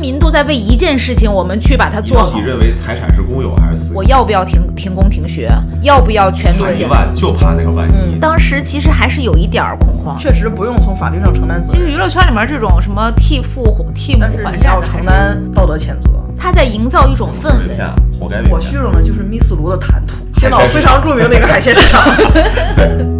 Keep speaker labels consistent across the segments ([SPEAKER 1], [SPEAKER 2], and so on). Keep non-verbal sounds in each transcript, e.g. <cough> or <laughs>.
[SPEAKER 1] 民都在为一件事情，我们去把它
[SPEAKER 2] 你
[SPEAKER 1] 做
[SPEAKER 2] 到
[SPEAKER 1] 好
[SPEAKER 2] 底。认为财产是公有还是私有？
[SPEAKER 1] 我要不要停停工停学？要不要全民
[SPEAKER 2] 怕一
[SPEAKER 1] 减薪？
[SPEAKER 2] 万就怕那个万一。
[SPEAKER 1] 当时其实还是有一点儿恐慌。
[SPEAKER 3] 确实不用从法律上承担责
[SPEAKER 1] 其实
[SPEAKER 3] 任，
[SPEAKER 1] 娱乐圈里面这种什么替父替母
[SPEAKER 3] 但是
[SPEAKER 1] 还
[SPEAKER 3] 你
[SPEAKER 1] 债
[SPEAKER 3] 要
[SPEAKER 1] 的还
[SPEAKER 3] 承
[SPEAKER 1] 是，
[SPEAKER 3] 担道德谴责。
[SPEAKER 1] 他在营造一种氛
[SPEAKER 2] 被
[SPEAKER 1] 围
[SPEAKER 2] 骗。啊，活该被
[SPEAKER 3] 我
[SPEAKER 2] 骗
[SPEAKER 3] 虚。荣的就是密斯卢的谈吐，青岛非常著名的一个海鲜市场。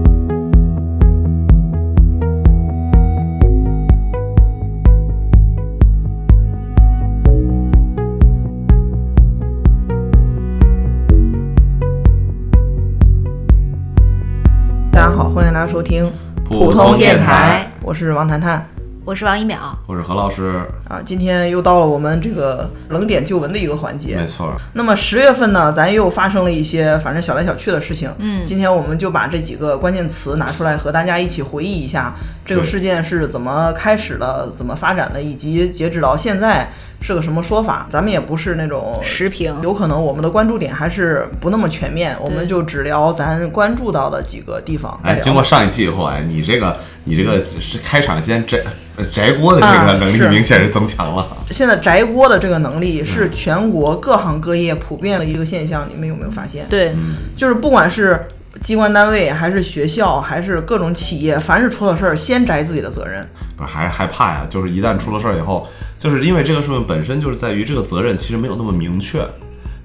[SPEAKER 3] 大家好，欢迎大家收听
[SPEAKER 2] 普
[SPEAKER 1] 通电
[SPEAKER 2] 台，
[SPEAKER 3] 我是王谈谈
[SPEAKER 1] 我是王一淼，
[SPEAKER 2] 我是何老师，
[SPEAKER 3] 啊，今天又到了我们这个冷点旧闻的一个环节
[SPEAKER 2] 没。错儿。
[SPEAKER 3] 那么十月份呢，咱又发生了一些反正小来小去的事情。嗯，今天我们就把这几个关键词拿出来和大家一起回忆一下，这个
[SPEAKER 2] 对
[SPEAKER 3] 事件是怎么开始的，怎么发展的，以及截止到现在是个什么说法。咱们也不是那种
[SPEAKER 1] 时评
[SPEAKER 3] 有可能我们的关注点还是不那么全面，我们就只聊咱关注到的几个地方。再
[SPEAKER 2] 哎，
[SPEAKER 3] 聊
[SPEAKER 2] 经过上一期以后，哎，你这个你这个是开场先摘呃摘锅的这
[SPEAKER 3] 啊
[SPEAKER 2] 个能力
[SPEAKER 3] 是
[SPEAKER 2] 明显是增强了。
[SPEAKER 3] 现在宅锅的这个能力
[SPEAKER 2] 嗯
[SPEAKER 3] 是全国各行各业普遍的一个现象，你们有没有发现？
[SPEAKER 1] 对，
[SPEAKER 2] 嗯
[SPEAKER 3] 就是不管是机关单位，还是学校，还是各种企业，凡是出了事儿，先摘自己的责任。
[SPEAKER 2] 不是，还是害怕呀。就是一旦出了事儿以后，就是因为这个事情本身就是在于这个责任其实没有那么明确，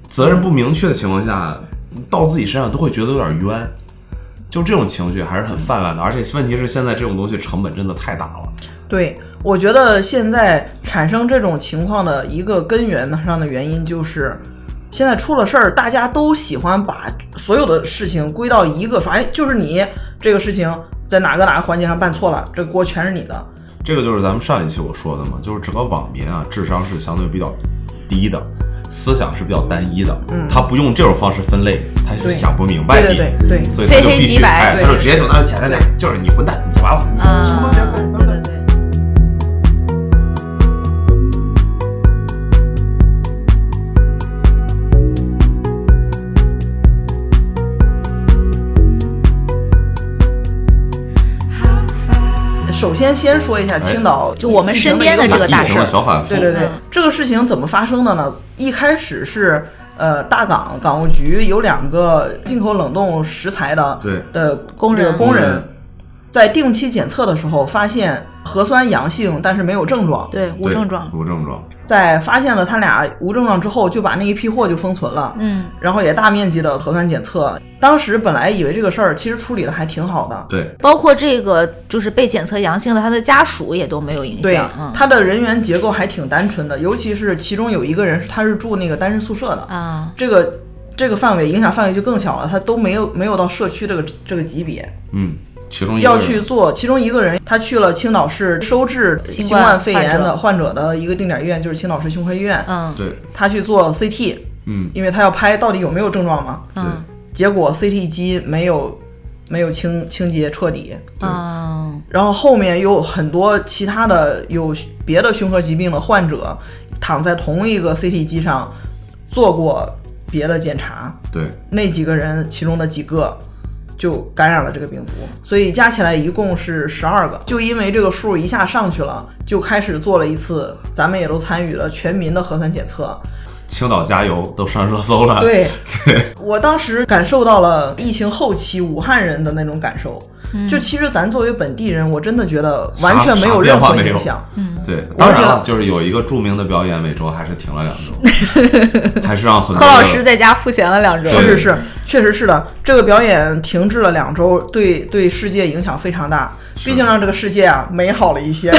[SPEAKER 2] 责任不明确的情况下，到自己身上都会觉得有点冤，就这种情绪还是很泛滥的。而且问题是现在这种东西成本真的太大了。
[SPEAKER 3] 对，我觉得现在产生这种情况的一个根源上的原因就是。现在出了事儿，大家都喜欢把所有的事情归到一个说，哎，就是你这个事情在哪个哪个环节上办错了，这锅全是你的。
[SPEAKER 2] 这个就是咱们上一期我说的嘛，就是整个网民啊，智商是相对比较低的，思想是比较单一的，他不用这种方式分类，他是
[SPEAKER 3] 嗯对
[SPEAKER 2] 想不明白的，
[SPEAKER 3] 对对对对
[SPEAKER 2] 所以他就
[SPEAKER 1] 非黑
[SPEAKER 2] 必
[SPEAKER 1] 即
[SPEAKER 2] 须，
[SPEAKER 1] 白
[SPEAKER 2] 哎，
[SPEAKER 1] 对
[SPEAKER 2] 他就直接就拿着简单点，就是你混蛋，你完了，你
[SPEAKER 1] 嗯，对对对。
[SPEAKER 3] 首先，先说一下青岛，
[SPEAKER 1] 就我们身边的这个大
[SPEAKER 2] 疫
[SPEAKER 1] 事
[SPEAKER 2] 情
[SPEAKER 1] 儿
[SPEAKER 2] 的小反复，
[SPEAKER 3] 对对对
[SPEAKER 1] 嗯，
[SPEAKER 3] 这个事情怎么发生的呢？一开始是呃，大港港务局有两个进口冷冻食材的
[SPEAKER 2] 对
[SPEAKER 3] 的
[SPEAKER 1] 工人
[SPEAKER 3] 这个工人在定期检测的时候发现核酸阳性，但是没有症状。
[SPEAKER 1] 对，无
[SPEAKER 2] 对
[SPEAKER 1] 症状。
[SPEAKER 2] 无症状，
[SPEAKER 3] 在发现了他俩无症状之后，就把那一批货就封存了。
[SPEAKER 1] 嗯，
[SPEAKER 3] 然后也大面积的核酸检测，当时本来以为这个事儿其实处理的还挺好的，
[SPEAKER 2] 对，
[SPEAKER 1] 包括这个就是被检测阳性的，他的家属也都没有影
[SPEAKER 3] 对
[SPEAKER 1] 响。嗯，
[SPEAKER 3] 他的人员结构还挺单纯的，尤其是其中有一个人是他是住那个单身宿舍的，
[SPEAKER 1] 啊，
[SPEAKER 3] 这个这个范围影响范围就更小了，它都没有没有到社区这个这个级别。
[SPEAKER 2] 嗯，其中一个
[SPEAKER 3] 要
[SPEAKER 2] 人
[SPEAKER 3] 去做，其中一个人他去了青岛市收治
[SPEAKER 1] 新
[SPEAKER 3] 新
[SPEAKER 1] 冠
[SPEAKER 3] 冠肺炎
[SPEAKER 1] 患者
[SPEAKER 3] 的患者的一个定点医院，就是青岛市胸科医院，
[SPEAKER 1] 嗯
[SPEAKER 2] 对，
[SPEAKER 3] 他去做 CT，
[SPEAKER 2] 嗯，
[SPEAKER 3] 因为他要拍到底有没有症状嘛。
[SPEAKER 1] 嗯
[SPEAKER 3] 结果 CT 机没有没有清清洁彻底，
[SPEAKER 1] 嗯，
[SPEAKER 3] 然后后面又有很多其他的有别的胸核疾病的患者躺在同一个 CT 机上做过别的检查，
[SPEAKER 2] 对对，
[SPEAKER 3] 那几个人其中的几个就感染了这个病毒，所以加起来一共是十二个。就因为这个数一下上去了，就开始做了一次，咱们也都参与了全民的核酸检测。
[SPEAKER 2] 青岛加油都上热搜了，
[SPEAKER 3] <laughs> 对，我当时感受到了疫情后期武汉人的那种感受。就其实咱作为本地人，我真的觉得完全没有任何影响。
[SPEAKER 1] 嗯
[SPEAKER 2] 对，
[SPEAKER 3] 我
[SPEAKER 2] 当然
[SPEAKER 3] 觉
[SPEAKER 2] 了，
[SPEAKER 3] 得
[SPEAKER 2] 就是有一个著名的表演，每周还是停了两
[SPEAKER 1] <laughs>
[SPEAKER 2] 周，还是让很
[SPEAKER 1] 何
[SPEAKER 2] 多
[SPEAKER 1] 老
[SPEAKER 2] 的
[SPEAKER 1] 师在家赋闲了两周。
[SPEAKER 2] 对嗯
[SPEAKER 3] 是是是，确实是的。这个表演停滞了两周，对对世界影响非常大，毕竟让这个世界啊美好了
[SPEAKER 2] <laughs>
[SPEAKER 3] 一些啊。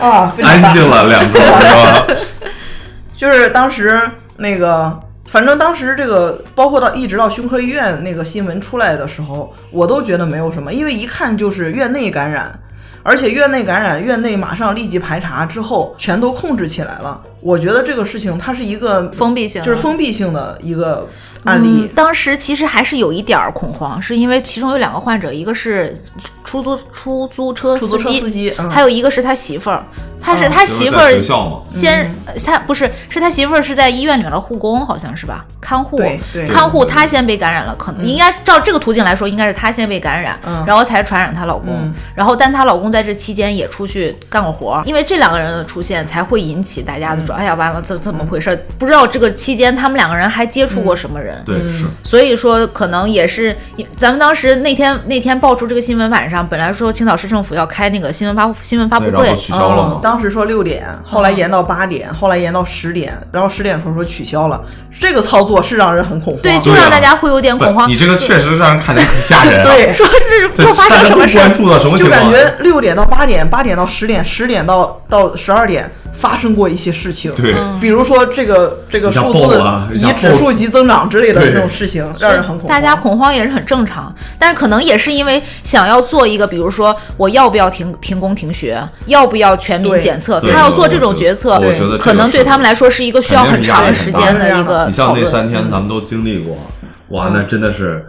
[SPEAKER 3] 啊，非常大
[SPEAKER 2] 安静了两
[SPEAKER 1] <laughs>
[SPEAKER 2] 周，是吧？
[SPEAKER 3] 就是当时那个，反正当时这个，包括到一直到胸科医院那个新闻出来的时候，我都觉得没有什么，因为一看就是院内感染，而且院内感染，院内马上立即排查之后，全都控制起来了。我觉得这个事情它是一个
[SPEAKER 1] 封闭性嗯
[SPEAKER 3] 就是封闭性的一个案例。
[SPEAKER 1] 当时其实还是有一点儿恐慌，是因为其中有两个患者，一个是出租出租车
[SPEAKER 3] 出租车司机嗯
[SPEAKER 1] 还有一个是他媳妇儿。他是
[SPEAKER 3] 嗯
[SPEAKER 1] 他
[SPEAKER 2] 就是
[SPEAKER 1] 媳妇
[SPEAKER 2] 在
[SPEAKER 1] 儿
[SPEAKER 2] 学校嘛
[SPEAKER 1] 先，呃他不是是他媳妇儿是在医院里面的护工，好像是吧？看护
[SPEAKER 3] 对对
[SPEAKER 1] 看护，他先被感染了，可能应该照这个途径来说，应该是他先被感染，
[SPEAKER 3] 嗯
[SPEAKER 1] 然后才传染她老公。
[SPEAKER 3] 嗯
[SPEAKER 1] 然后，但她老公在这期间也出去干过活儿，因为这两个人的出现，才会引起大
[SPEAKER 3] 嗯
[SPEAKER 1] 家的说：“哎呀，完了，这怎么回事？”不知道这个期间他们两个人还接触
[SPEAKER 3] 嗯
[SPEAKER 1] 过什么人。
[SPEAKER 2] 对，是
[SPEAKER 1] 所以说，可能也是咱们当时那天那天爆出这个新闻晚上，本来说青岛市政府要开那个新闻发新闻发布
[SPEAKER 2] 对，然
[SPEAKER 1] 会
[SPEAKER 2] 后，取消了
[SPEAKER 3] 嗯
[SPEAKER 2] 嘛。
[SPEAKER 3] 当时说六点，后来延到八点，后来延到十点，然后十点的时候说取消了。这个操作是让人很恐慌。
[SPEAKER 1] 对，就让大家会有点恐
[SPEAKER 2] 啊不
[SPEAKER 1] 慌。
[SPEAKER 2] 你这个确实让人看起来很吓人啊。
[SPEAKER 3] 对
[SPEAKER 1] <laughs> 说这
[SPEAKER 2] <laughs> 对，
[SPEAKER 1] 又发生
[SPEAKER 2] 大家
[SPEAKER 1] 什
[SPEAKER 2] 都
[SPEAKER 1] 么事儿
[SPEAKER 2] 关？注到什么情
[SPEAKER 3] 就
[SPEAKER 2] 况？啊
[SPEAKER 3] 感觉六点到八点，八点到十点，十点到到十二点发生过一些事情。
[SPEAKER 2] 对
[SPEAKER 1] 嗯
[SPEAKER 3] 比如说这个这个
[SPEAKER 2] 一下
[SPEAKER 3] 数
[SPEAKER 2] 爆
[SPEAKER 3] 字
[SPEAKER 2] 了一下
[SPEAKER 3] 以指
[SPEAKER 2] 爆
[SPEAKER 3] 数级增长之类的
[SPEAKER 2] 对
[SPEAKER 3] 这种事情，让人很恐慌。
[SPEAKER 1] 大家恐慌也是很正常，但是可能也是因为想要做一个，比如说我要不要停停工停学，要不要全民
[SPEAKER 3] 对
[SPEAKER 1] 检测，
[SPEAKER 2] 对
[SPEAKER 1] 他要做
[SPEAKER 2] 我
[SPEAKER 1] 这种
[SPEAKER 2] 我
[SPEAKER 1] 决策
[SPEAKER 2] 我觉得这个，
[SPEAKER 1] 可能
[SPEAKER 2] 是
[SPEAKER 1] 对他们来说是一个需要
[SPEAKER 2] 肯
[SPEAKER 1] 很
[SPEAKER 2] 定是压
[SPEAKER 1] 长
[SPEAKER 2] 力很
[SPEAKER 1] 时
[SPEAKER 2] 大
[SPEAKER 1] 间
[SPEAKER 2] 的啊
[SPEAKER 1] 的一
[SPEAKER 3] 呀
[SPEAKER 1] 个
[SPEAKER 2] 你
[SPEAKER 1] 呃讨
[SPEAKER 2] 像那
[SPEAKER 1] 论。嗯
[SPEAKER 2] 三天咱们都经历过，哇，那真的是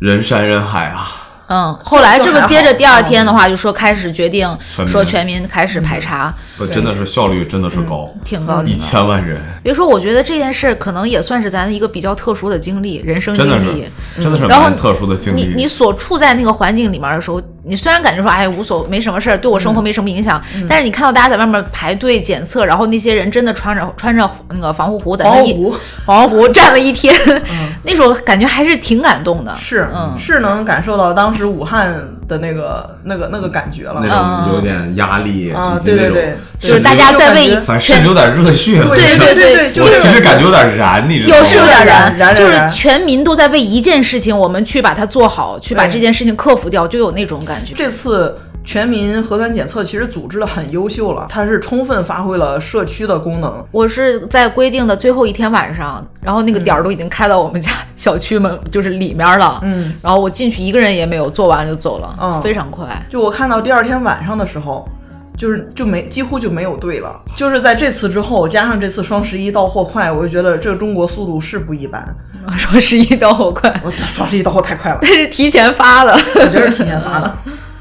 [SPEAKER 2] 人山人海啊！
[SPEAKER 1] 嗯，后来这
[SPEAKER 3] 这就
[SPEAKER 1] 不
[SPEAKER 3] 还
[SPEAKER 1] 接着
[SPEAKER 3] 好
[SPEAKER 1] 第二天的话，就说开始决定
[SPEAKER 2] 全
[SPEAKER 1] 说
[SPEAKER 2] 民
[SPEAKER 1] 全民开始排查，
[SPEAKER 2] 不，真的是效率真的是高，
[SPEAKER 1] 嗯挺高
[SPEAKER 2] 一
[SPEAKER 1] 挺高。
[SPEAKER 2] 千万人，
[SPEAKER 1] 别说，我觉得这件事儿可能也算是咱一个比较特殊的经历，人嗯生经
[SPEAKER 2] 真的
[SPEAKER 1] 历
[SPEAKER 2] 是。真的是
[SPEAKER 1] 然后
[SPEAKER 2] 蛮特殊的经
[SPEAKER 1] 你
[SPEAKER 2] 历。
[SPEAKER 1] 你所处在那个环境里面的时候，你虽然感觉说哎无所没什么事儿，对我生
[SPEAKER 2] 嗯
[SPEAKER 1] 活没什么影响，
[SPEAKER 3] 嗯
[SPEAKER 1] 但是你看到大家在外面排队检测，然后那些人真的穿着穿着那个防护服在
[SPEAKER 3] 防
[SPEAKER 1] 那
[SPEAKER 3] 护
[SPEAKER 1] 一
[SPEAKER 3] 服嗯
[SPEAKER 1] 防护服站了一天， <laughs> 那时候感觉还是挺感动的。
[SPEAKER 3] 是、
[SPEAKER 1] 嗯
[SPEAKER 3] 是能感受到当时武汉的那个那个那个感觉了。
[SPEAKER 2] 那种有点压力，
[SPEAKER 3] 啊
[SPEAKER 2] 以及
[SPEAKER 3] 对
[SPEAKER 2] 那
[SPEAKER 3] 对
[SPEAKER 2] 种
[SPEAKER 3] 对
[SPEAKER 1] 嗯就
[SPEAKER 2] 甚
[SPEAKER 1] 是
[SPEAKER 2] 至
[SPEAKER 1] 大家在为
[SPEAKER 3] 就感觉
[SPEAKER 2] 反正甚
[SPEAKER 1] 全
[SPEAKER 2] 至有点热血。我
[SPEAKER 1] 对
[SPEAKER 2] 觉
[SPEAKER 1] 对
[SPEAKER 2] 得
[SPEAKER 1] 对
[SPEAKER 3] 对，就
[SPEAKER 2] 我
[SPEAKER 3] 是
[SPEAKER 2] 其实感觉有点燃，你知道
[SPEAKER 1] 有
[SPEAKER 2] 吗？
[SPEAKER 1] 是有点
[SPEAKER 3] 燃燃
[SPEAKER 1] 就是
[SPEAKER 3] 燃
[SPEAKER 1] 全民都在为一件事情，我们去把它做好，去把
[SPEAKER 3] 对
[SPEAKER 1] 这件事情克服掉，就有那种感觉。
[SPEAKER 3] 这次全民核酸检测其实组织的很优秀了，它是充分发挥了社区的功能。
[SPEAKER 1] 我是在规定的最后一天晚上，然后那个点儿都已经开到我们家小区门，就是里面了。
[SPEAKER 3] 嗯，
[SPEAKER 1] 然后我进去一个人也没有，做完就走了，
[SPEAKER 3] 嗯
[SPEAKER 1] 非常快。 <laughs>
[SPEAKER 3] 就我看到第二天晚上的时候，就是就没几乎就没有队了。就是在这次之后，加上这次双十一到货快，我就觉得这个中国速度是不一般。
[SPEAKER 1] 双十一到好快， <laughs>
[SPEAKER 3] 我双十一到货太快了，
[SPEAKER 1] 但是提前发了。
[SPEAKER 3] <laughs> 我觉得是提前发
[SPEAKER 1] 嗯
[SPEAKER 3] 的。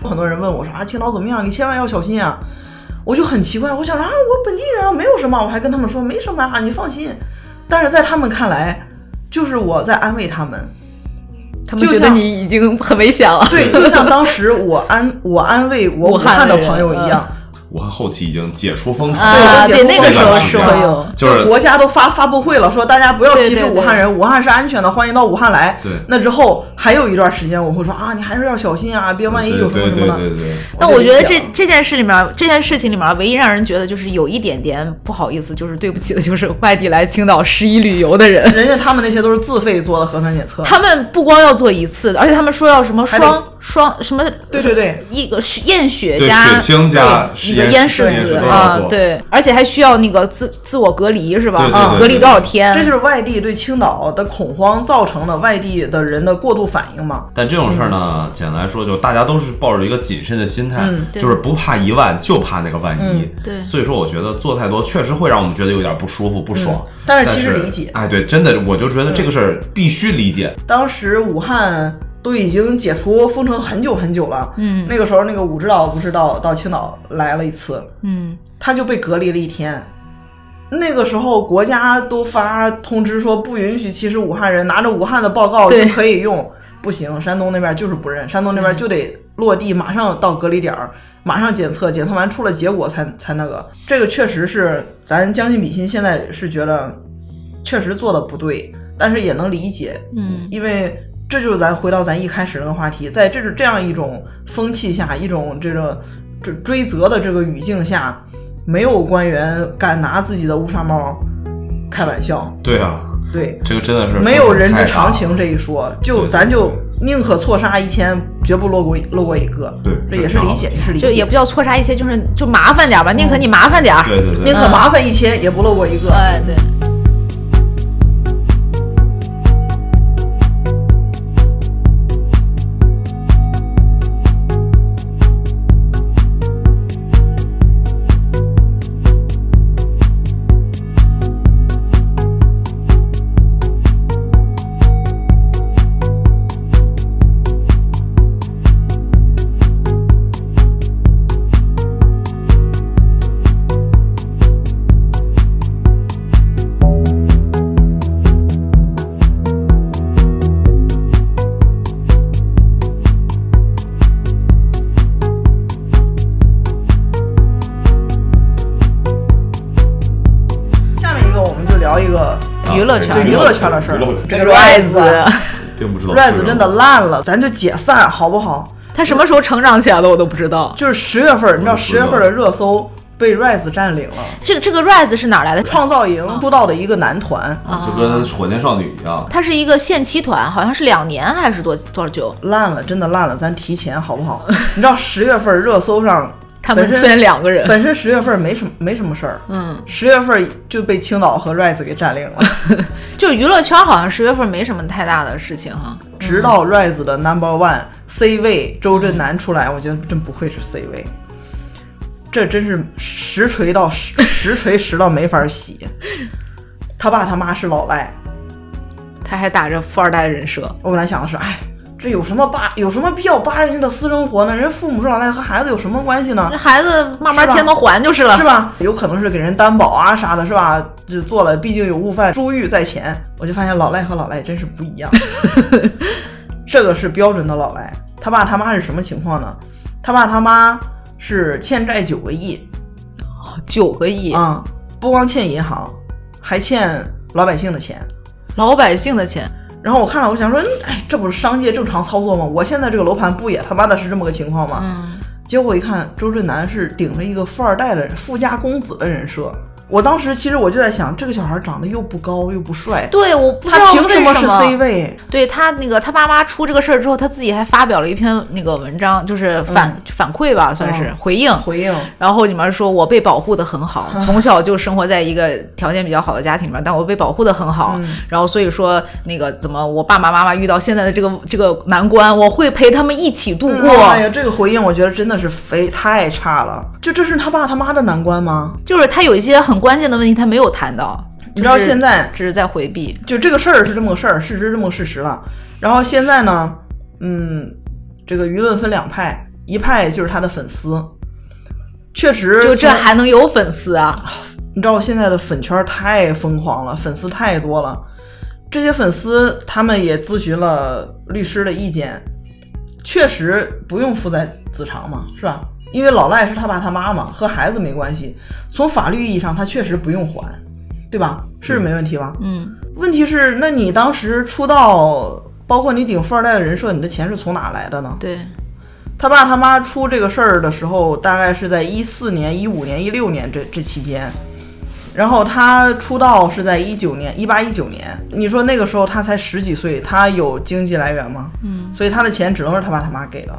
[SPEAKER 3] 很多人问我说啊，青岛怎么样？你千万要小心啊！我就很奇怪，我想啊，我本地人啊，没有什么，我还跟他们说没什么啊，你放心。但是在他们看来，就是我在安慰他
[SPEAKER 1] <laughs>
[SPEAKER 3] 们。
[SPEAKER 1] 他们
[SPEAKER 3] 就
[SPEAKER 1] 觉得
[SPEAKER 3] 像
[SPEAKER 1] 你已经很危险了。
[SPEAKER 3] 对，就像当时我安我安慰我
[SPEAKER 1] 武
[SPEAKER 3] 武
[SPEAKER 1] 汉
[SPEAKER 3] 汉
[SPEAKER 1] 的
[SPEAKER 3] 的
[SPEAKER 1] 人
[SPEAKER 3] 朋友一样，
[SPEAKER 2] 武汉后期已经解除封城了，
[SPEAKER 1] 啊，
[SPEAKER 3] 对
[SPEAKER 1] 对，
[SPEAKER 3] 我
[SPEAKER 1] 那
[SPEAKER 3] 姐夫
[SPEAKER 1] 个时候
[SPEAKER 2] 那
[SPEAKER 1] 是会
[SPEAKER 2] 段时间
[SPEAKER 1] 有。
[SPEAKER 2] 就是
[SPEAKER 3] 国家都发发布会了，说大家不要歧视
[SPEAKER 1] 对对
[SPEAKER 3] 武汉人，武汉是安全的，欢迎到武汉来。
[SPEAKER 2] 对
[SPEAKER 3] 那之后还有一段时间，我会说啊，你还是要小心啊，别万一
[SPEAKER 2] 对
[SPEAKER 3] 有什么
[SPEAKER 2] 对
[SPEAKER 3] 什么
[SPEAKER 2] 对
[SPEAKER 3] 的。
[SPEAKER 2] 对对，
[SPEAKER 1] 但 <laughs> 我
[SPEAKER 3] 就
[SPEAKER 1] 觉得
[SPEAKER 3] 理解
[SPEAKER 1] 这
[SPEAKER 3] 了
[SPEAKER 1] 这件事里面，这件事情里面，唯一让人觉得就是有一点点不好意思，就是对不起的，就是外地来青岛十一旅游的人。
[SPEAKER 3] 人家他们那些都是自费做的核酸检测，
[SPEAKER 1] 他们不光要做一次，而且他们说要什么
[SPEAKER 3] 嗯还得
[SPEAKER 1] 双双什么
[SPEAKER 3] 对对对，
[SPEAKER 1] 一个血验血
[SPEAKER 2] 对
[SPEAKER 1] 加
[SPEAKER 2] 血清加
[SPEAKER 1] 对
[SPEAKER 2] 实
[SPEAKER 1] 一个
[SPEAKER 2] 验
[SPEAKER 1] 咽
[SPEAKER 2] 室
[SPEAKER 1] 拭
[SPEAKER 2] 实验
[SPEAKER 1] 子
[SPEAKER 2] 室都要
[SPEAKER 1] 啊，
[SPEAKER 2] 做
[SPEAKER 1] 对，而且还需要那个自自我隔离是吧？
[SPEAKER 2] 对对
[SPEAKER 1] 啊
[SPEAKER 2] 对
[SPEAKER 1] 隔
[SPEAKER 2] 对
[SPEAKER 1] 离
[SPEAKER 2] 对
[SPEAKER 1] 多少
[SPEAKER 2] 对
[SPEAKER 1] 天？
[SPEAKER 3] 这就是外地对青岛的恐慌造成的外地的人的过度反应嘛。
[SPEAKER 2] 但这种事儿呢，简单来说，就大家都是抱着一个谨慎的心态，
[SPEAKER 3] 嗯
[SPEAKER 1] 对
[SPEAKER 2] 就是不怕一万，就怕那个万一。
[SPEAKER 1] 对
[SPEAKER 2] 所以说我觉得做太多确实会让我们觉得有点不舒服、不爽。
[SPEAKER 3] 嗯但
[SPEAKER 2] 但
[SPEAKER 3] 是其实理解嗯
[SPEAKER 2] 哎，对，真的，我就觉得这个事儿必须理解。
[SPEAKER 3] 当时武汉都已经解除封城很久很久了，嗯，那个时候那个武指导不是到到青岛来了一次，
[SPEAKER 1] 嗯，
[SPEAKER 3] 他就被隔离了一天。那个时候，国家都发通知说不允许，其实武汉人拿着武汉的报告就
[SPEAKER 1] 对
[SPEAKER 3] 可以用，不行，山东那边就是不认，山东那边就得落地，马上到隔离点儿，马上检测，检测完出了结果才才那个。这个确实是咱将心比心，现在是觉得确实做的不对，但是也能理解，
[SPEAKER 1] 嗯，
[SPEAKER 3] 因为这就是咱回到咱一开始那个话题，在这种这样一种风气下，一种这个追追责的这个语境下，没有官员敢拿自己的乌纱帽开玩笑，
[SPEAKER 2] 对啊，
[SPEAKER 3] 对，
[SPEAKER 2] 这个真的是
[SPEAKER 3] 没有人之
[SPEAKER 2] 太大
[SPEAKER 3] 常情这一说，就
[SPEAKER 2] 对
[SPEAKER 3] 咱就宁可错杀一千，绝不落过落过一个，
[SPEAKER 2] 对
[SPEAKER 3] 这
[SPEAKER 2] 这
[SPEAKER 3] 也是
[SPEAKER 2] 挺好
[SPEAKER 3] 理解，也是理
[SPEAKER 1] 就也
[SPEAKER 3] 解
[SPEAKER 1] 不，叫错杀一切，就是就麻烦点儿吧，宁可你麻烦点儿。
[SPEAKER 2] 嗯对对对
[SPEAKER 3] 宁，
[SPEAKER 1] 嗯
[SPEAKER 3] 可麻烦一千，也不落过一个，
[SPEAKER 1] 哎，对。嗯
[SPEAKER 2] 嗯
[SPEAKER 1] 娱乐圈
[SPEAKER 2] 对
[SPEAKER 3] 啊娱乐圈的事儿
[SPEAKER 2] 娱乐圈
[SPEAKER 3] 这啊 Rise
[SPEAKER 2] 并不知道
[SPEAKER 3] Rise
[SPEAKER 2] 是
[SPEAKER 3] 真的烂了，咱就解散好不好？
[SPEAKER 1] <laughs> 他什么时候成长起来的我都不知道。
[SPEAKER 3] 就是十月份，你知道
[SPEAKER 2] 我
[SPEAKER 3] 十
[SPEAKER 2] 知道
[SPEAKER 3] 月份的热搜被 Rise 占领了，
[SPEAKER 1] 这个这个 Rise 是哪儿来的？
[SPEAKER 3] 创造营出道的一个男团
[SPEAKER 2] <laughs>
[SPEAKER 1] 嗯
[SPEAKER 2] 就跟火箭少女一样。
[SPEAKER 1] 它是一个限期团，好像是两年还是多多少久？
[SPEAKER 3] 烂了，真的烂了，咱提前好不好？你知道十月份热搜上
[SPEAKER 1] 他们
[SPEAKER 3] 本身
[SPEAKER 1] 出现两个人，
[SPEAKER 3] 本身十月份没什么没什么事儿，
[SPEAKER 1] 嗯，
[SPEAKER 3] 十月份就被青岛和 Rise 给占领了，
[SPEAKER 1] 就是娱乐圈好像十月份没什么太大的事情哈。
[SPEAKER 3] 直到 Rise 的 Number One C 位周震南出来，我觉得真不愧是 C 位，这真是实锤到实实锤实到没法洗。他爸他妈是老赖，
[SPEAKER 1] 他还打着富二代人设，
[SPEAKER 3] 我本来想的是，哎，这有什么扒有什么必要扒人家的私生活呢？人家父母是老赖，和孩子有什么关
[SPEAKER 1] <laughs>
[SPEAKER 3] 系呢
[SPEAKER 1] 那？孩子慢慢
[SPEAKER 3] 是吧
[SPEAKER 1] 天他还就是了。
[SPEAKER 3] 是吧？有可能是给人担保啊啥的，是吧？就做了，毕竟有误犯，珠玉在前。我就发现老赖和老赖真是不一样，这个是标准的老赖。他爸他妈是什么情况呢？他爸他妈是欠债九个亿
[SPEAKER 1] 九个亿，
[SPEAKER 3] 啊、不光欠银行，还欠老百姓的钱。
[SPEAKER 1] 老百姓的钱，
[SPEAKER 3] 然后我看了，我想说，嗯哎，这不是商界正常操作吗？我现在这个楼盘不也他妈的是这么个情况吗？
[SPEAKER 1] 嗯，
[SPEAKER 3] 结果一看，周震南是顶着一个富二代的富家公子的人设。我当时其实我就在想，这个小孩长得又不高又不帅，
[SPEAKER 1] 对，我不知
[SPEAKER 3] 他
[SPEAKER 1] 道
[SPEAKER 3] 凭
[SPEAKER 1] 为
[SPEAKER 3] 么是
[SPEAKER 1] 么
[SPEAKER 3] C 位？
[SPEAKER 1] 对他那个他爸妈出这个事儿之后，他自己还发表了一篇那个文章，就是反、反馈吧，算是、
[SPEAKER 3] 嗯
[SPEAKER 1] 回应。
[SPEAKER 3] 回应
[SPEAKER 1] 然后里面说我被保护的很好，
[SPEAKER 3] 嗯
[SPEAKER 1] 从小就生活在一个条件比较好的家庭里面，但我被保护的很好。
[SPEAKER 3] 嗯
[SPEAKER 1] 然后所以说那个怎么我爸爸妈妈遇到现在的这个这个难关，我会陪他们一起度过。
[SPEAKER 3] 哎呀，这个回应我觉得真的是非太差了。就这是他爸他妈的难关吗？
[SPEAKER 1] 就是他有一些很关键的问题他没有谈到，
[SPEAKER 3] 你知道
[SPEAKER 1] 就是
[SPEAKER 3] 现在
[SPEAKER 1] 只是在回避。
[SPEAKER 3] 就这个事儿是这么个事儿，事实是这么个事实了。然后现在呢，嗯，这个舆论分两派，一派就是他的粉丝，确实
[SPEAKER 1] 就这
[SPEAKER 3] 从
[SPEAKER 1] 还能有粉丝啊？
[SPEAKER 3] 你知道现在的粉圈太疯狂了，粉丝太多了。这些粉丝他们也咨询了律师的意见，确实不用负债子偿嘛，是吧？因为老赖是他爸他妈嘛，和孩子没关系。从法律意义上，他确实不用还，对吧？是没问题吧？
[SPEAKER 1] 嗯，
[SPEAKER 3] 问题是，那你当时出道，包括你顶富二代的人设，你的钱是从哪来的
[SPEAKER 1] <laughs>
[SPEAKER 3] 呢？
[SPEAKER 1] 对，
[SPEAKER 3] 他爸他妈出这个事儿的时候，大概是在一四年、一五年、一六年这这期间，然后他出道是在一九年、一八一九年。你说那个时候他才十几岁，他有经济来源吗？嗯，所以他的钱只能是他爸他妈给的。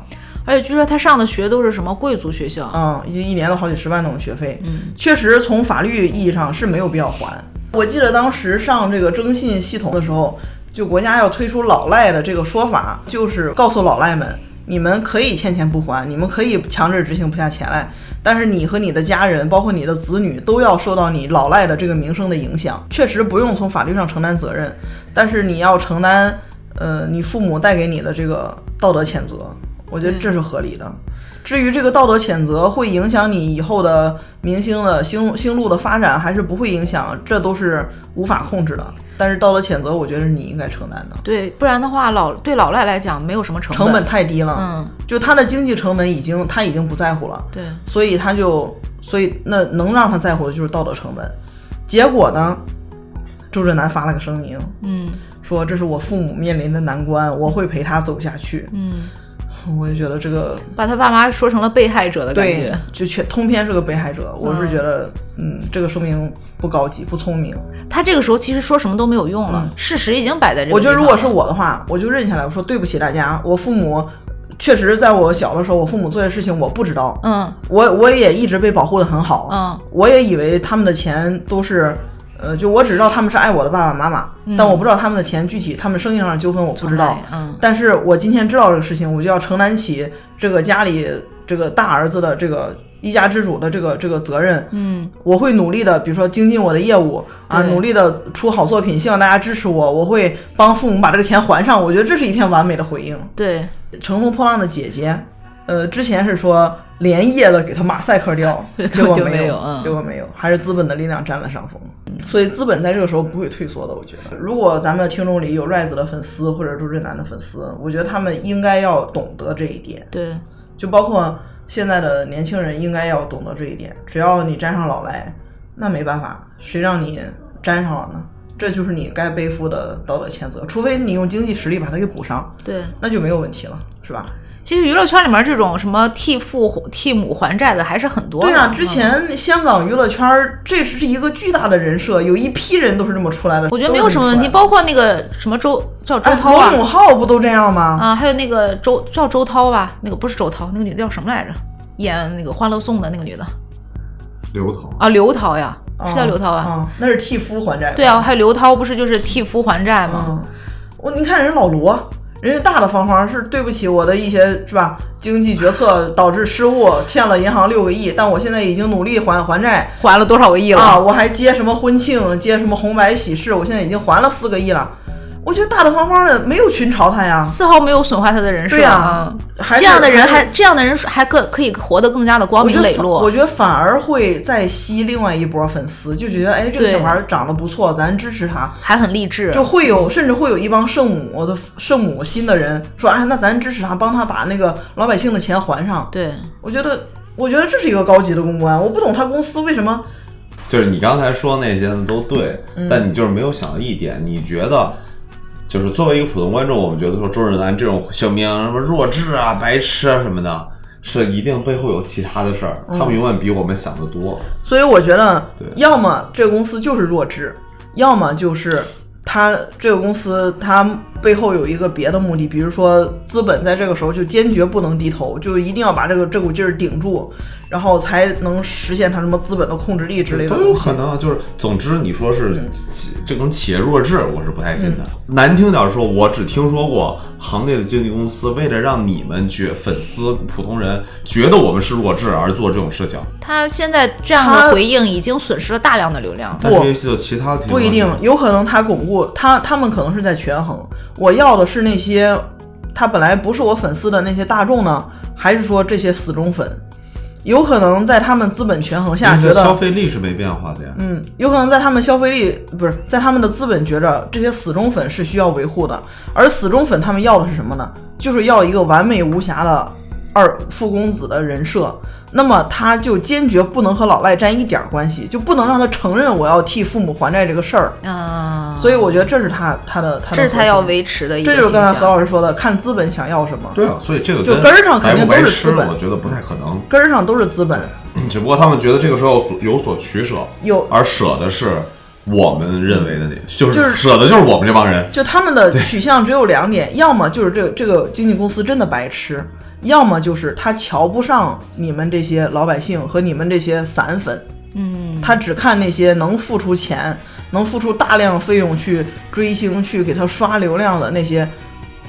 [SPEAKER 1] 而且据说他上的学都是什么贵族学校，
[SPEAKER 3] 嗯，一一年都好几十万那种学费，嗯，确实从法律意义上是没有必要还。我记得当时上这个征信系统的时候，就国家要推出老赖的这个说法，就是告诉老赖们，你们可以欠钱不还，你们可以强制执行不下钱来，但是你和你的家人，包括你的子女，都要受到你老赖的这个名声的影响。确实不用从法律上承担责任，但是你要承担，呃，你父母带给你的这个道德谴责，我觉得这是合理的。至于这个道德谴责会影响你以后的明星的星星路的发展，还是不会影响，这都是无法控制的。但是道德谴责，我觉得是你应该承担的，
[SPEAKER 1] 对，不然的话老对老赖来讲没有什么成
[SPEAKER 3] 成本太低了。
[SPEAKER 1] 嗯，
[SPEAKER 3] 就他的经济成本已经他已经不在乎了，
[SPEAKER 1] 对，
[SPEAKER 3] 所以他就所以那能让他在乎的就是道德成本。结果呢，周震南发了个声明，
[SPEAKER 1] 嗯
[SPEAKER 3] 说这是我父母面临的难关，我会陪他走下去。
[SPEAKER 1] 嗯，
[SPEAKER 3] 我就觉得这个
[SPEAKER 1] 把他爸妈说成了被害者的感
[SPEAKER 3] 对
[SPEAKER 1] 觉。，
[SPEAKER 3] 就全通篇是个被害者。我是觉得，嗯，这个声明不高级，不聪明。
[SPEAKER 1] 他这个时候其实说什么都没有用了，事实已经摆在这个
[SPEAKER 3] 嗯我
[SPEAKER 1] 地
[SPEAKER 3] 觉
[SPEAKER 1] 方
[SPEAKER 3] 得
[SPEAKER 1] 了。
[SPEAKER 3] 如果是我的话，我就认下来，我说对不起大家，我父母确实在我小的时候，我父母做的事情我不知道，
[SPEAKER 1] 嗯
[SPEAKER 3] 我我也一直被保护的很好，
[SPEAKER 1] 嗯，
[SPEAKER 3] 我也以为他们的钱都是。呃，就我只知道他们是爱我的爸爸妈妈，但我不知道他们的钱具体他们生意上的纠纷我不知道
[SPEAKER 1] 嗯从哪里。嗯
[SPEAKER 3] 但是我今天知道这个事情，我就要承担起这个家里这个大儿子的这个一家之主的这个这个责任。
[SPEAKER 1] 嗯，
[SPEAKER 3] 我会努力的，比如说精进我的业务啊，
[SPEAKER 1] 对
[SPEAKER 3] 努力的出好作品，希望大家支持我，我会帮父母把这个钱还上。我觉得这是一篇完美的回应。
[SPEAKER 1] 对，，
[SPEAKER 3] 乘风破浪的姐姐，呃，之前是说连夜的给他马赛克掉结
[SPEAKER 1] <laughs>
[SPEAKER 3] 果
[SPEAKER 1] 就没
[SPEAKER 3] 没
[SPEAKER 1] 有嗯
[SPEAKER 3] 结果没有，还是资本的力量占了上风。所以资本在这个时候不会退缩的，我觉得。如果咱们听众里有 Rise 的粉丝或者周震南的粉丝，我觉得他们应该要懂得这一点，
[SPEAKER 1] 对，
[SPEAKER 3] 就包括现在的年轻人应该要懂得这一点。只要你沾上老赖，那没办法，谁让你沾上了呢？这就是你该背负的道德谴责，除非你用经济实力把它给补上，
[SPEAKER 1] 对，
[SPEAKER 3] 那就没有问题了，是吧？
[SPEAKER 1] 其实娱乐圈里面这种什么替父替母还债的还是很多的。
[SPEAKER 3] 对啊，
[SPEAKER 1] 嗯
[SPEAKER 3] 之前香港娱乐圈儿这是一个巨大的人设，有一批人都是这么出来的。
[SPEAKER 1] 我觉得没有什么问题，
[SPEAKER 3] 都
[SPEAKER 1] 包括那个什么周叫周
[SPEAKER 3] 是这么出
[SPEAKER 1] 涛
[SPEAKER 3] 来
[SPEAKER 1] 啊
[SPEAKER 3] 的哎罗永浩不都这样吗？
[SPEAKER 1] 啊，还有那个周叫周涛吧，那个不是周涛，那个女的叫什么来着？演那个《欢乐颂》的那个女的
[SPEAKER 2] 刘涛，
[SPEAKER 1] 啊，刘涛呀，是叫刘涛吧？
[SPEAKER 3] 啊，那是替夫还债。
[SPEAKER 1] 对啊，还有刘涛不是就是替夫还债吗？
[SPEAKER 3] 嗯，我你看人老罗，人家大大方方是对不起我的一些是吧？经济决策导致失误，欠了银行六个亿，但我现在已经努力还还债
[SPEAKER 1] 还了多少个亿了？
[SPEAKER 3] 啊！我还接什么婚庆，接什么红白喜事，我现在已经还了四个亿了。我觉得大大方方的没有群嘲他呀，
[SPEAKER 1] 丝毫没有损坏他的人设
[SPEAKER 3] 对呀
[SPEAKER 1] 嗯
[SPEAKER 3] 还是
[SPEAKER 1] 这样的人
[SPEAKER 3] 还
[SPEAKER 1] 还这样的人还可可以活得更加的光
[SPEAKER 3] 我觉
[SPEAKER 1] 明
[SPEAKER 3] 得
[SPEAKER 1] 磊
[SPEAKER 3] 反
[SPEAKER 1] 落
[SPEAKER 3] 我。觉得反而会再吸另外一波粉丝，就觉得哎，这个
[SPEAKER 1] 对
[SPEAKER 3] 小孩儿长得不错，咱支持他，
[SPEAKER 1] 还很励志，
[SPEAKER 3] 就会有甚至会有一帮圣母的圣母心的人说，哎，那咱支持他，帮他把那个老百姓的钱还上。
[SPEAKER 1] 对，
[SPEAKER 3] 我觉得，我觉得这是一个高级的公关，我不懂他公司为什么
[SPEAKER 2] 就是你刚才说那些呢都对，
[SPEAKER 3] 嗯
[SPEAKER 2] 但你就是没有想到一点，你觉得。就是作为一个普通观众，我们觉得说周润南这种小绵羊什么弱智啊、白痴啊什么的，是一定背后有其他的事儿。他
[SPEAKER 3] 嗯
[SPEAKER 2] 们永远比我们想的多。
[SPEAKER 3] 所以我觉得
[SPEAKER 2] 对，
[SPEAKER 3] 要么这个公司就是弱智，要么就是他这个公司它背后有一个别的目的，比如说资本在这个时候就坚决不能低头，就一定要把这个这股劲儿顶住，然后才能实现它什么资本的控制力之类的
[SPEAKER 2] 都有
[SPEAKER 3] 东西
[SPEAKER 2] 可。能啊，就是总之你说是企这种企业弱智，我是不太信的。
[SPEAKER 3] 嗯
[SPEAKER 2] 难听点儿说，我只听说过行内的经纪公司为了让你们觉粉丝普通人觉得我们是弱智而做这种事情，
[SPEAKER 1] 他现在这样
[SPEAKER 3] 他
[SPEAKER 1] 的回应已经损失了大量的流量。
[SPEAKER 2] 但是也许有其他的
[SPEAKER 3] 不一定，有可能他巩固他他们可能是在权衡。我要的是那些他本来不是我粉丝的那些大众呢，还是说这些死忠粉？有可能在他们资本权衡下，
[SPEAKER 2] 因
[SPEAKER 3] 觉
[SPEAKER 2] 为
[SPEAKER 3] 得
[SPEAKER 2] 消费力是没变化的呀。
[SPEAKER 3] 嗯，有可能在他们消费力不是在他们的资本觉着这些死忠粉是需要维护的，而死忠粉他们要的是什么呢？就是要一个完美无瑕的二富公子的人设。那么他就坚决不能和老赖沾一点儿关系，就不能让他承认我要替父母还债这个事儿。
[SPEAKER 1] 嗯，
[SPEAKER 3] 所以我觉得这是他他的他的
[SPEAKER 1] 这是
[SPEAKER 3] 核
[SPEAKER 1] 他
[SPEAKER 3] 心
[SPEAKER 1] 要，维持的一
[SPEAKER 3] 这
[SPEAKER 1] 个
[SPEAKER 3] 就是
[SPEAKER 1] 形
[SPEAKER 3] 刚才何
[SPEAKER 1] 象。
[SPEAKER 3] 老师说的，看资本想要什么，
[SPEAKER 2] 对啊，所以这个
[SPEAKER 3] 就
[SPEAKER 2] 跟
[SPEAKER 3] 根儿上肯定
[SPEAKER 2] 白不白
[SPEAKER 3] 都是资
[SPEAKER 2] 痴，
[SPEAKER 3] 本
[SPEAKER 2] 我觉得不太可能。 <clears throat>
[SPEAKER 3] 根儿上都是资本。
[SPEAKER 2] 只不过他们觉得这个时候所有所取舍，
[SPEAKER 3] 有
[SPEAKER 2] 而舍的是我们认为的那，就
[SPEAKER 3] 就是
[SPEAKER 2] 是舍的就是我们这帮人。
[SPEAKER 3] 就他们的取向只有两点，要么就是这个这个经纪公司真的白痴，要么就是他瞧不上你们这些老百姓和你们这些散粉，
[SPEAKER 1] 嗯，
[SPEAKER 3] 他只看那些能付出钱、能付出大量费用去追星、去给他刷流量的那些，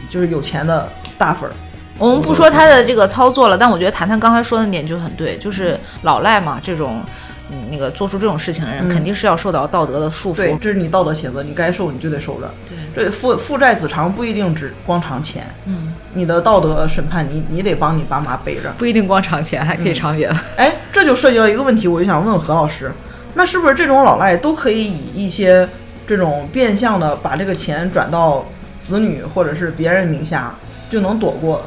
[SPEAKER 3] 就是有钱的大粉儿。
[SPEAKER 1] 我们不说他的这个操作了，但我觉得谈谈刚才说的那点就很对，就是老赖嘛，这种嗯那个做出这种事情的人，肯定是要受到道德的束
[SPEAKER 3] 对，
[SPEAKER 1] 缚。
[SPEAKER 3] 这是你道德谴责，你该受你就得受着。对，这父父债子偿不一定只光偿钱，嗯，你的道德审判你你得帮你爸妈背着。
[SPEAKER 1] 不一定光长钱，还可以长远。
[SPEAKER 3] 哎，这就涉及到一个问题，我就想问问何老师，那是不是这种老赖都可以以一些这种变相的把这个钱转到子女或者是别人名下，就能躲过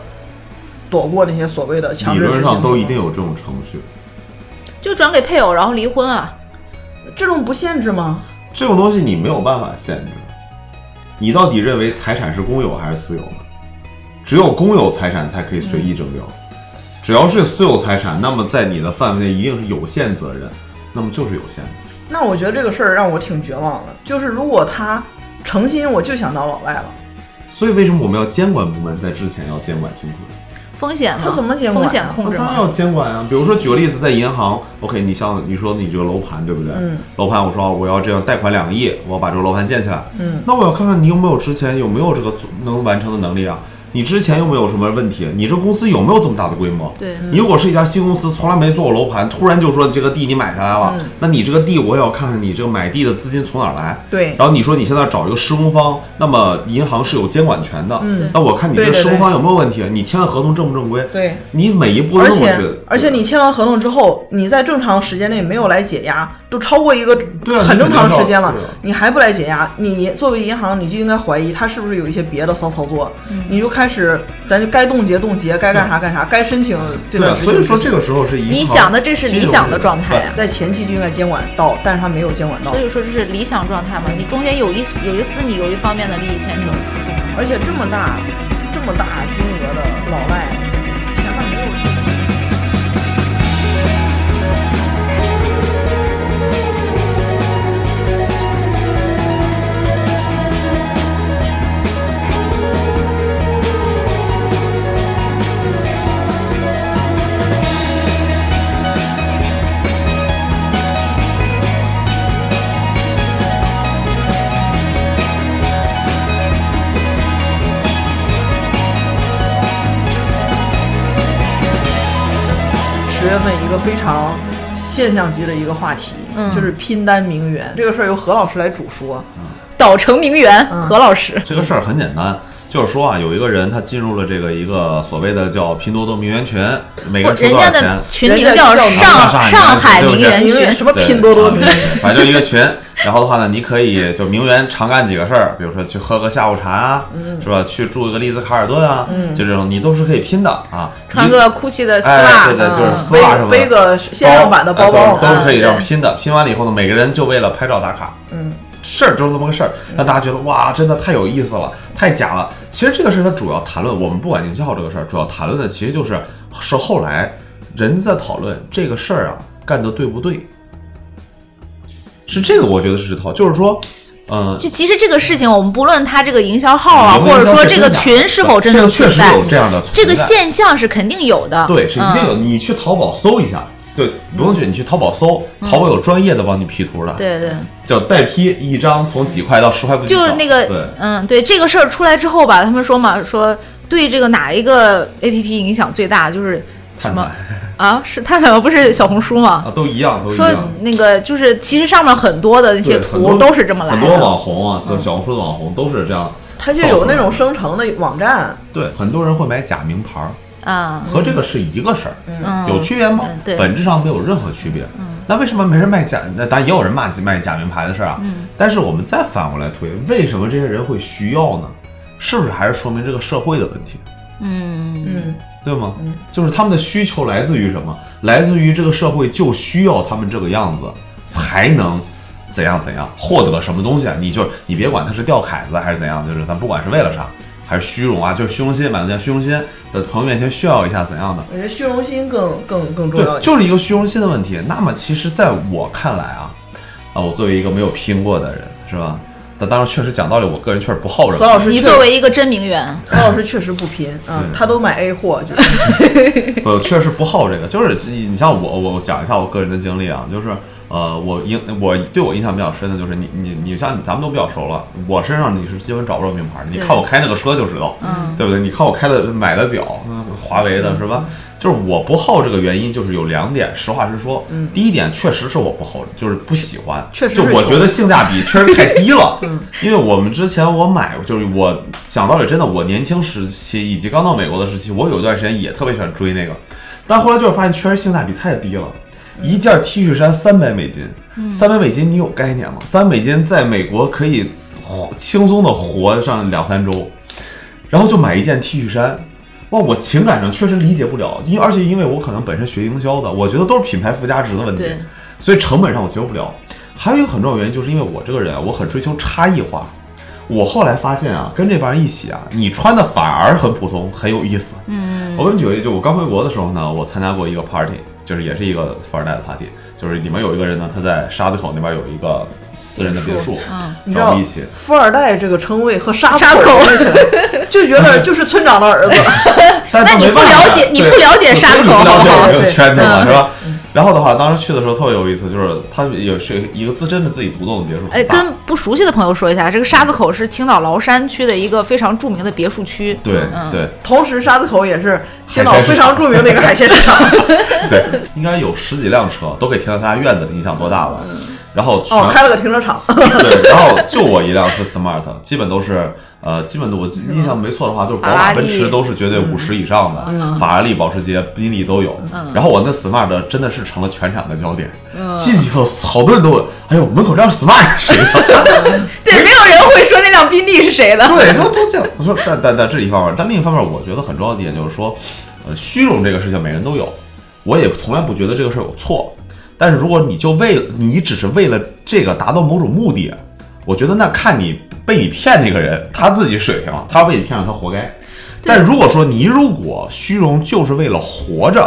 [SPEAKER 3] 躲过那些所谓的强
[SPEAKER 2] 理
[SPEAKER 3] 制执
[SPEAKER 2] 论
[SPEAKER 3] 行
[SPEAKER 2] 上
[SPEAKER 3] 吗？
[SPEAKER 2] 都一定有这种程序，
[SPEAKER 1] 就转给配偶，然后离婚啊？
[SPEAKER 3] 这种不限制吗？
[SPEAKER 2] 这种东西你没有办法限制。你到底认为财产是公有还是私有呢？只有公有财产才可以随意征用，只要是私有财产，那么在你的范围内一定是有限责任，那么就是有限的。
[SPEAKER 3] 那我觉得这个事儿让我挺绝望的，就是如果他诚心，我就想当老赖了，
[SPEAKER 2] 所以为什么我们要监管部门在之前要监管清楚呢？
[SPEAKER 1] 风险嘛？
[SPEAKER 3] 他怎么监管
[SPEAKER 1] 风
[SPEAKER 3] 啊
[SPEAKER 1] 险控
[SPEAKER 2] 那
[SPEAKER 1] 制
[SPEAKER 2] 当然
[SPEAKER 1] 嘛？
[SPEAKER 2] 要监管啊。比如说举个例子，在银行，OK，你像你说你这个楼盘对不对？
[SPEAKER 3] 嗯。
[SPEAKER 2] 楼盘，我说我要这样贷款两个亿，我要把这个楼盘建起来。
[SPEAKER 3] 嗯。
[SPEAKER 2] 那我要看看你有没有之前有没有这个做能完成的能力啊？你之前有没有什么问题？你这公司有没有这么大的规模？
[SPEAKER 1] 对
[SPEAKER 3] 嗯
[SPEAKER 2] 你如果是一家新公司，从来没做过楼盘，突然就说这个地你买下来了，
[SPEAKER 3] 嗯
[SPEAKER 2] 那你这个地我也要看看你这个买地的资金从哪儿来。
[SPEAKER 3] 对
[SPEAKER 2] 然后你说你现在找一个施工方，那么银行是有监管权的。
[SPEAKER 3] 嗯
[SPEAKER 2] 那我看你这
[SPEAKER 3] 对
[SPEAKER 2] 个
[SPEAKER 3] 对
[SPEAKER 2] 施工
[SPEAKER 3] 对
[SPEAKER 2] 方有没有问题？你签的合同正不正规？
[SPEAKER 3] 对。
[SPEAKER 2] 你每一步都
[SPEAKER 3] 而
[SPEAKER 2] 弄过
[SPEAKER 3] 且
[SPEAKER 2] 去，
[SPEAKER 3] 而且你签完合同之后，你在正常时间内没有来解压，都超过一个
[SPEAKER 2] 对啊
[SPEAKER 3] 很正常的时间了
[SPEAKER 2] 对啊，
[SPEAKER 3] 你还不来解押，你作为银行，你就应该怀疑他是不是有一些别的骚操作，
[SPEAKER 1] 嗯
[SPEAKER 3] 你就开始，咱就该冻结冻结，该干啥干啥，该申请对
[SPEAKER 2] 对啊，
[SPEAKER 3] 吧？
[SPEAKER 2] 所以说这个时候是
[SPEAKER 1] 你想的这是理想的状态
[SPEAKER 2] 呀。
[SPEAKER 1] 啊。
[SPEAKER 3] 在前期就应该监管到，但是他没有监管到
[SPEAKER 1] 所，以说这是理想状态嘛？你中间有一有一丝你有一方面的利益牵扯输送的嘛
[SPEAKER 3] 而且这么大这么大金额的老赖，钱还没有这个。十月份一个非常现象级的一个话题，
[SPEAKER 1] 嗯
[SPEAKER 3] 就是拼单名媛这个事儿，由何老师来主说。
[SPEAKER 1] 岛城名媛何老师，
[SPEAKER 2] 这个事儿很简单，就是说啊，有一个人他进入了这个一个所谓的叫拼多多名媛群，每个
[SPEAKER 1] 不，
[SPEAKER 2] 人
[SPEAKER 1] 人
[SPEAKER 2] 出
[SPEAKER 1] 家
[SPEAKER 2] 多少钱
[SPEAKER 1] 的？群名
[SPEAKER 3] 人家
[SPEAKER 1] 叫
[SPEAKER 3] 叫
[SPEAKER 1] 上上
[SPEAKER 2] 上
[SPEAKER 1] 海
[SPEAKER 2] 海
[SPEAKER 1] 名
[SPEAKER 2] 名
[SPEAKER 1] 媛
[SPEAKER 2] 媛
[SPEAKER 3] 名媛
[SPEAKER 1] 群，
[SPEAKER 3] 什么
[SPEAKER 2] 对
[SPEAKER 3] 拼多多
[SPEAKER 2] 啊
[SPEAKER 3] 名媛
[SPEAKER 2] 对，反正就一个群。然后的话呢，你可以就名媛常干几个事儿，比如说去喝个下午茶啊，
[SPEAKER 1] 嗯
[SPEAKER 2] 是吧？去住一个丽兹卡尔顿啊，就这种你都是可以拼的啊。
[SPEAKER 1] 穿个 GUCCI 的丝
[SPEAKER 2] 哎，
[SPEAKER 1] 袜
[SPEAKER 2] 对，对，就是
[SPEAKER 1] 嗯
[SPEAKER 2] 丝袜什么的，
[SPEAKER 3] 背背个限量版的包包
[SPEAKER 2] 啊都都是可以这
[SPEAKER 1] 嗯
[SPEAKER 2] 样拼的。拼完了以后呢，每个人就为了拍照打卡，
[SPEAKER 3] 嗯，
[SPEAKER 2] 事儿就是这么个事儿，让大家觉得哇，真的太有意思了，太假了。其实这个事儿它主要谈论，我们不管营销这个事儿，主要谈论的其实就是是后来人在讨论这个事儿啊干得对不对，是这个我觉得是这套，就是说，嗯、
[SPEAKER 1] 就其实这个事情，我们不论他这个营销号啊，
[SPEAKER 2] 有没
[SPEAKER 1] 或
[SPEAKER 2] 有
[SPEAKER 1] 者说
[SPEAKER 2] 消费
[SPEAKER 1] 这个
[SPEAKER 2] 真假
[SPEAKER 1] 群是否真
[SPEAKER 2] 这
[SPEAKER 1] 正
[SPEAKER 2] 个确
[SPEAKER 1] 存
[SPEAKER 2] 实
[SPEAKER 1] 在，
[SPEAKER 2] 有这样的存
[SPEAKER 1] 这个
[SPEAKER 2] 在
[SPEAKER 1] 现象是肯定有的。
[SPEAKER 2] 对，是一定
[SPEAKER 1] 嗯
[SPEAKER 2] 有。你去淘宝搜一下，对，不用去，你去淘宝搜，淘宝有专业的帮你 P 图的，
[SPEAKER 1] 嗯对对，
[SPEAKER 2] 叫代 P，一张从几块到十块不等
[SPEAKER 1] 就是那
[SPEAKER 2] 对
[SPEAKER 1] 个，嗯，对这个事儿出来之后吧，他们说嘛，说对这个哪一个 A P P 影响最大，就是什
[SPEAKER 2] 探
[SPEAKER 1] 么
[SPEAKER 2] 探
[SPEAKER 1] 啊？是探探吗？不是小红书吗？
[SPEAKER 2] 啊，都一样，都一
[SPEAKER 1] 说
[SPEAKER 2] 样。
[SPEAKER 1] 那个就是，其实上面很多的那些
[SPEAKER 2] 对很
[SPEAKER 1] 图
[SPEAKER 2] 多
[SPEAKER 1] 都是这么来
[SPEAKER 2] 很多
[SPEAKER 1] 的。嗯
[SPEAKER 2] 网红啊，小红书的网红都是这样。
[SPEAKER 3] 它就有那种生成的网站，
[SPEAKER 2] 对，很多人会买假名牌儿，
[SPEAKER 1] 啊，
[SPEAKER 2] 和这个是一个事儿，
[SPEAKER 1] 嗯
[SPEAKER 2] 有区别吗
[SPEAKER 1] 嗯？对嗯
[SPEAKER 2] 本质上没有任何区别。那为什么没人卖假？那当然也有人骂卖假名牌的事儿啊。
[SPEAKER 1] 嗯
[SPEAKER 2] 但是我们再反过来推，为什么这些人会需要呢？是不是还是说明这个社会的问题？
[SPEAKER 1] 嗯，
[SPEAKER 3] 嗯，
[SPEAKER 2] 对吗？就是他们的需求来自于什么？来自于这个社会就需要他们这个样子，才能怎样怎样获得什么东西啊？你就是你别管他是吊凯子还是怎样，就是咱不管是为了啥，还是虚荣啊，就是虚荣心，满足一下虚荣心，在朋友面前炫耀一下怎样的？
[SPEAKER 3] 我觉得虚荣心更更更重
[SPEAKER 2] 对，
[SPEAKER 3] 要一点。
[SPEAKER 2] 就是一个虚荣心的问题。那么其实在我看来啊，啊，我作为一个没有拼过的人，是吧？那当然确实讲道理，我个人确实不好这
[SPEAKER 3] 何
[SPEAKER 2] 个，
[SPEAKER 3] 老师
[SPEAKER 1] 嗯你
[SPEAKER 3] 确
[SPEAKER 1] 作为一个真名媛，
[SPEAKER 3] 何老师确实不拼啊，他都买 A
[SPEAKER 2] <laughs>
[SPEAKER 3] 货，就是
[SPEAKER 2] 我确实不好这个，就是你像我，我我讲一下我个人的经历啊，就是呃，我印我对我印象比较深的就是你你你像咱们都比较熟了，我身上你是基本找不着名牌，你
[SPEAKER 1] 对
[SPEAKER 2] 看我开那个车就知道，
[SPEAKER 1] 嗯
[SPEAKER 2] 对不对？你看我开的买的表，嗯华为的是吧？就是我不好这个原因就是有两点，实话实说，第一点确实是我不好，就是不喜欢，
[SPEAKER 3] 确实
[SPEAKER 2] 就是我
[SPEAKER 3] 穷
[SPEAKER 2] 觉得性价比确实太低了，因为我们之前我买就是我讲道理，真的我年轻时期以及刚到美国的时期，我有一段时间也特别喜欢追那个，但后来就是发现确实性价比太低了。一件 T 恤衫三百美金，三百美金你有概念吗？三百美金在美国可以活轻松的活上两三周，然后就买一件 T 恤衫。哇，我情感上确实理解不了，因而且因为我可能本身学营销的，我觉得都是品牌附加值的问题
[SPEAKER 1] 对，
[SPEAKER 2] 所以成本上我接受不了。还有一个很重要的原因，就是因为我这个人啊，我很追求差异化。我后来发现啊，跟这帮人一起啊，你穿的反而很普通，很有意思。嗯，我给你举个例子，就我刚回国的时候呢，我参加过一个 party，就是也是一个富二代的 party，就是里面有一个人呢，他在沙子口那边有一个私人的别
[SPEAKER 3] 别墅
[SPEAKER 2] 墅，
[SPEAKER 1] 嗯
[SPEAKER 3] 你知
[SPEAKER 2] 找我
[SPEAKER 3] 道
[SPEAKER 2] 们一起。
[SPEAKER 3] 富二代这个称谓和沙
[SPEAKER 1] 沙
[SPEAKER 3] 口
[SPEAKER 1] 口
[SPEAKER 3] 比起来，
[SPEAKER 1] <laughs>
[SPEAKER 3] 就觉得就是村长的
[SPEAKER 2] <laughs>
[SPEAKER 3] 儿子，
[SPEAKER 1] 那
[SPEAKER 2] 但他
[SPEAKER 1] 你
[SPEAKER 2] 没
[SPEAKER 1] 不
[SPEAKER 2] 办法
[SPEAKER 1] 了解你
[SPEAKER 2] 对
[SPEAKER 1] 不了解
[SPEAKER 2] 对
[SPEAKER 1] 沙子
[SPEAKER 2] 你
[SPEAKER 1] 口
[SPEAKER 2] 不了解
[SPEAKER 1] 好
[SPEAKER 2] 我
[SPEAKER 1] 好
[SPEAKER 2] 这个
[SPEAKER 1] <laughs>
[SPEAKER 3] 对
[SPEAKER 2] 圈子嘛，
[SPEAKER 1] 嗯
[SPEAKER 2] 是吧？然后的话，当时去的时候特别有意思，就是他有是一个自真的自己独栋的别墅，
[SPEAKER 1] 哎，
[SPEAKER 2] 很大
[SPEAKER 1] 跟不熟悉的朋友说一下，这个沙子口是青岛崂山区的一个非常著名的别墅区。
[SPEAKER 2] 对
[SPEAKER 1] 嗯
[SPEAKER 2] 对
[SPEAKER 3] 同时沙子口也是青岛
[SPEAKER 2] 海鲜市
[SPEAKER 3] 非常
[SPEAKER 2] 场
[SPEAKER 3] 著名的一
[SPEAKER 2] <laughs>
[SPEAKER 3] 个海鲜市场。
[SPEAKER 1] 嗯
[SPEAKER 2] 对，应该有十几辆车都可以停在他院子里，你想多大吧？然后全、
[SPEAKER 3] 哦，开了个停车场，
[SPEAKER 2] <laughs> 对，然后就我一辆是 smart，基本都是呃，基本都我印象没错的话，就是宝
[SPEAKER 1] 法拉
[SPEAKER 2] 马、
[SPEAKER 1] 利嗯
[SPEAKER 2] 奔驰都是绝对五十以上的，法拉利、保时捷、宾利都有。然后我那 smart 真的是成了全场的焦点，
[SPEAKER 1] 嗯
[SPEAKER 2] 进去后好多人都问，哎呦，门口这辆 smart 是谁啊的？
[SPEAKER 1] 对，没有人会说那辆宾利是谁的。
[SPEAKER 2] 对，都都这样。我说，但但但这是一方面，但另一方面，我觉得很重要的一点就是说，呃，虚荣这个事情每人都有，我也从来不觉得这个事儿有错。但是如果你就为了你只是为了这个达到某种目的，我觉得那看你被你骗那个人他自己水平了，他被你骗了他活该。但如果说你如果虚荣就是为了活着，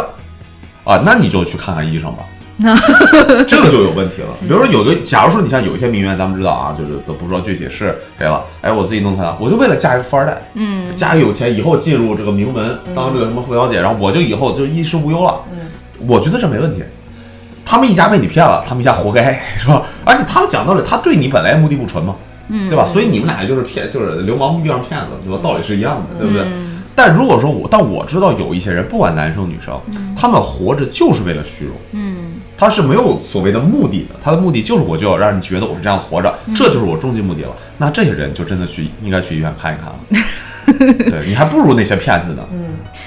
[SPEAKER 2] 啊，那你就去看看医生吧。 <laughs> 这个就有问题了。比如说有个，假如说你像有一些名媛，咱们知道啊，就是都不知道具体是谁了。哎，我自己弄他，我就为了嫁一个富二代，嗯，嫁一个有钱，以后进入这个名门，当这个什么富小姐，然后我就以后就衣食无忧了。我觉得这没问题。他们一家被你骗了，他们一家活该， <laughs> 是吧？而且他们讲道理，他对你本来目的不纯嘛，嗯，对吧？所以你们俩就是骗，就是流氓遇上骗子，对吧？道理是一样的，对不对？但如果说我，但我知道有一些人，不管男生女生，他们活着就是为了虚荣，他是没有所谓的目的的，他的目的就是我就要让你觉得我是这样活着，这就是我终极目的了。那这些人就真的去应该去医院看一看了，对你还不如那些骗子呢。嗯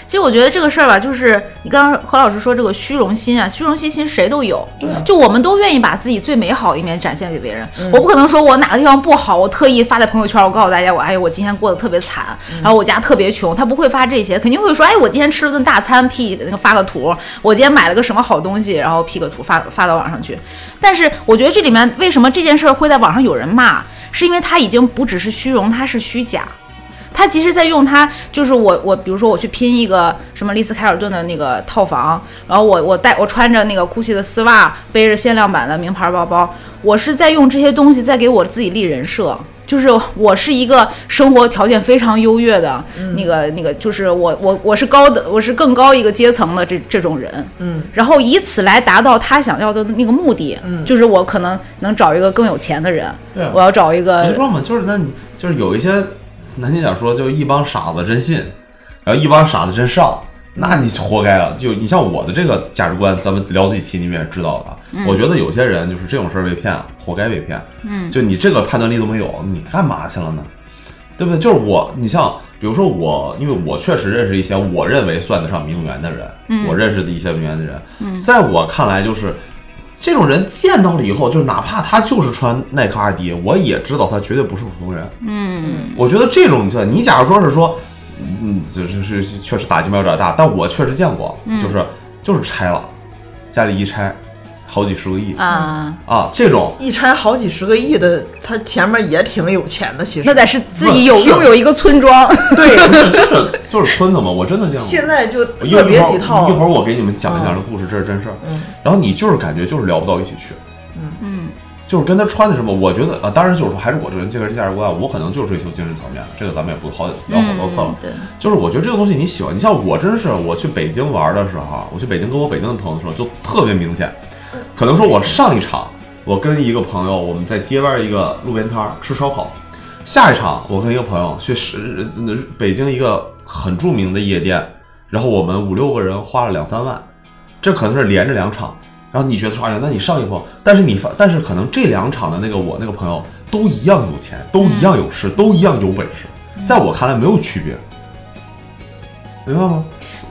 [SPEAKER 1] 其实我觉得这个事儿吧，就是你刚刚何老师说这个虚荣心啊，虚荣心其实谁都有，就我们都愿意把自己最美好的一面展现给别人。我不可能说我哪个地方不好，我特意发在朋友圈，我告诉大家我哎呦我今天过得特别惨，然后我家特别穷，他不会发这些，肯定会说哎我今天吃了顿大餐，P 那个发个图，我今天买了个什么好东西，然后 P 个图发发到网上去。但是我觉得这里面为什么这件事儿会在网上有人骂，是因为他已经不只是虚荣，他是虚假。他其实在用他，就是我我，比如说我去拼一个什么丽思凯尔顿的那个套房，然后我我带我穿着那个 GUCCI 的丝袜，背着限量版的名牌包包，我是在用这些东西在给我自己立人设。就是我是一个生活条件非常优越的、
[SPEAKER 2] 嗯
[SPEAKER 1] 那个那个，就是我我我是高的，我是更高一个阶层的这这种人，嗯，然后以此来达到他想要的那个目的，嗯，就是我可能能找一个更有钱的人，
[SPEAKER 2] 对啊
[SPEAKER 1] 我要找一
[SPEAKER 2] 我
[SPEAKER 1] 个
[SPEAKER 2] 就说嘛，就是那你就是有一些难听点说，就是一帮傻子真信，然后一帮傻子真上，那你就活该了。就你像我的这个价值观，咱们聊这一期你们也知道了。我觉得有些人就是这种事儿被骗，啊活该被骗。嗯，就你这个判断力都没有，你干嘛去了呢？对不对？就是我，你像比如说我，因为我确实认识一些我认为算得上名媛的人，我认识的一些名媛的人，在我看来就是这种人见到了以后，就是哪怕他就是穿耐克、阿迪，我也知道他绝对不是普通人。嗯，我觉得这种你你假如说是说，嗯，就是是确实打击面有点大，但我确实见过，就是就是拆了，家里一拆，好几十个亿
[SPEAKER 1] 啊。
[SPEAKER 2] 啊，这种
[SPEAKER 3] 一拆好几十个亿的，他前面也挺有钱的，其实
[SPEAKER 1] 那得是自己
[SPEAKER 2] 不
[SPEAKER 1] 有
[SPEAKER 2] <laughs> 是哦
[SPEAKER 1] 拥有一个村
[SPEAKER 2] <laughs>
[SPEAKER 1] 庄，
[SPEAKER 2] 对，就是就是就是村子嘛，我真的见过。
[SPEAKER 3] 现在就
[SPEAKER 2] 一会
[SPEAKER 3] 个
[SPEAKER 2] 儿
[SPEAKER 3] 别几套嗯
[SPEAKER 2] 一会儿我给你们讲一讲这故事，这是真事儿。然后你就是感觉就是聊不到一起去，
[SPEAKER 1] 嗯，
[SPEAKER 2] 就是跟他穿的什么，我觉得啊，当然就是说还是我这人这个人价值观，我可能就是追求精神层面的，这个咱们也不好聊好多次了。
[SPEAKER 1] 嗯对，
[SPEAKER 2] 就是我觉得这个东西你喜欢，你像我真是我去北京玩的时候，我去北京跟我北京的朋友的时候，就特别明显。可能说我上一场我跟一个朋友我们在街边一个路边摊儿吃烧烤，下一场我跟一个朋友去是呃北京一个很著名的夜店，然后我们五六个人花了两三万，这可能是连着两场。然后你觉得说，哎呀，那你上一波，但是你发，但是可能这两场的那个我那个朋友都一样有钱，都一样有势，都一样有本事，在我看来没有区别。明白吗？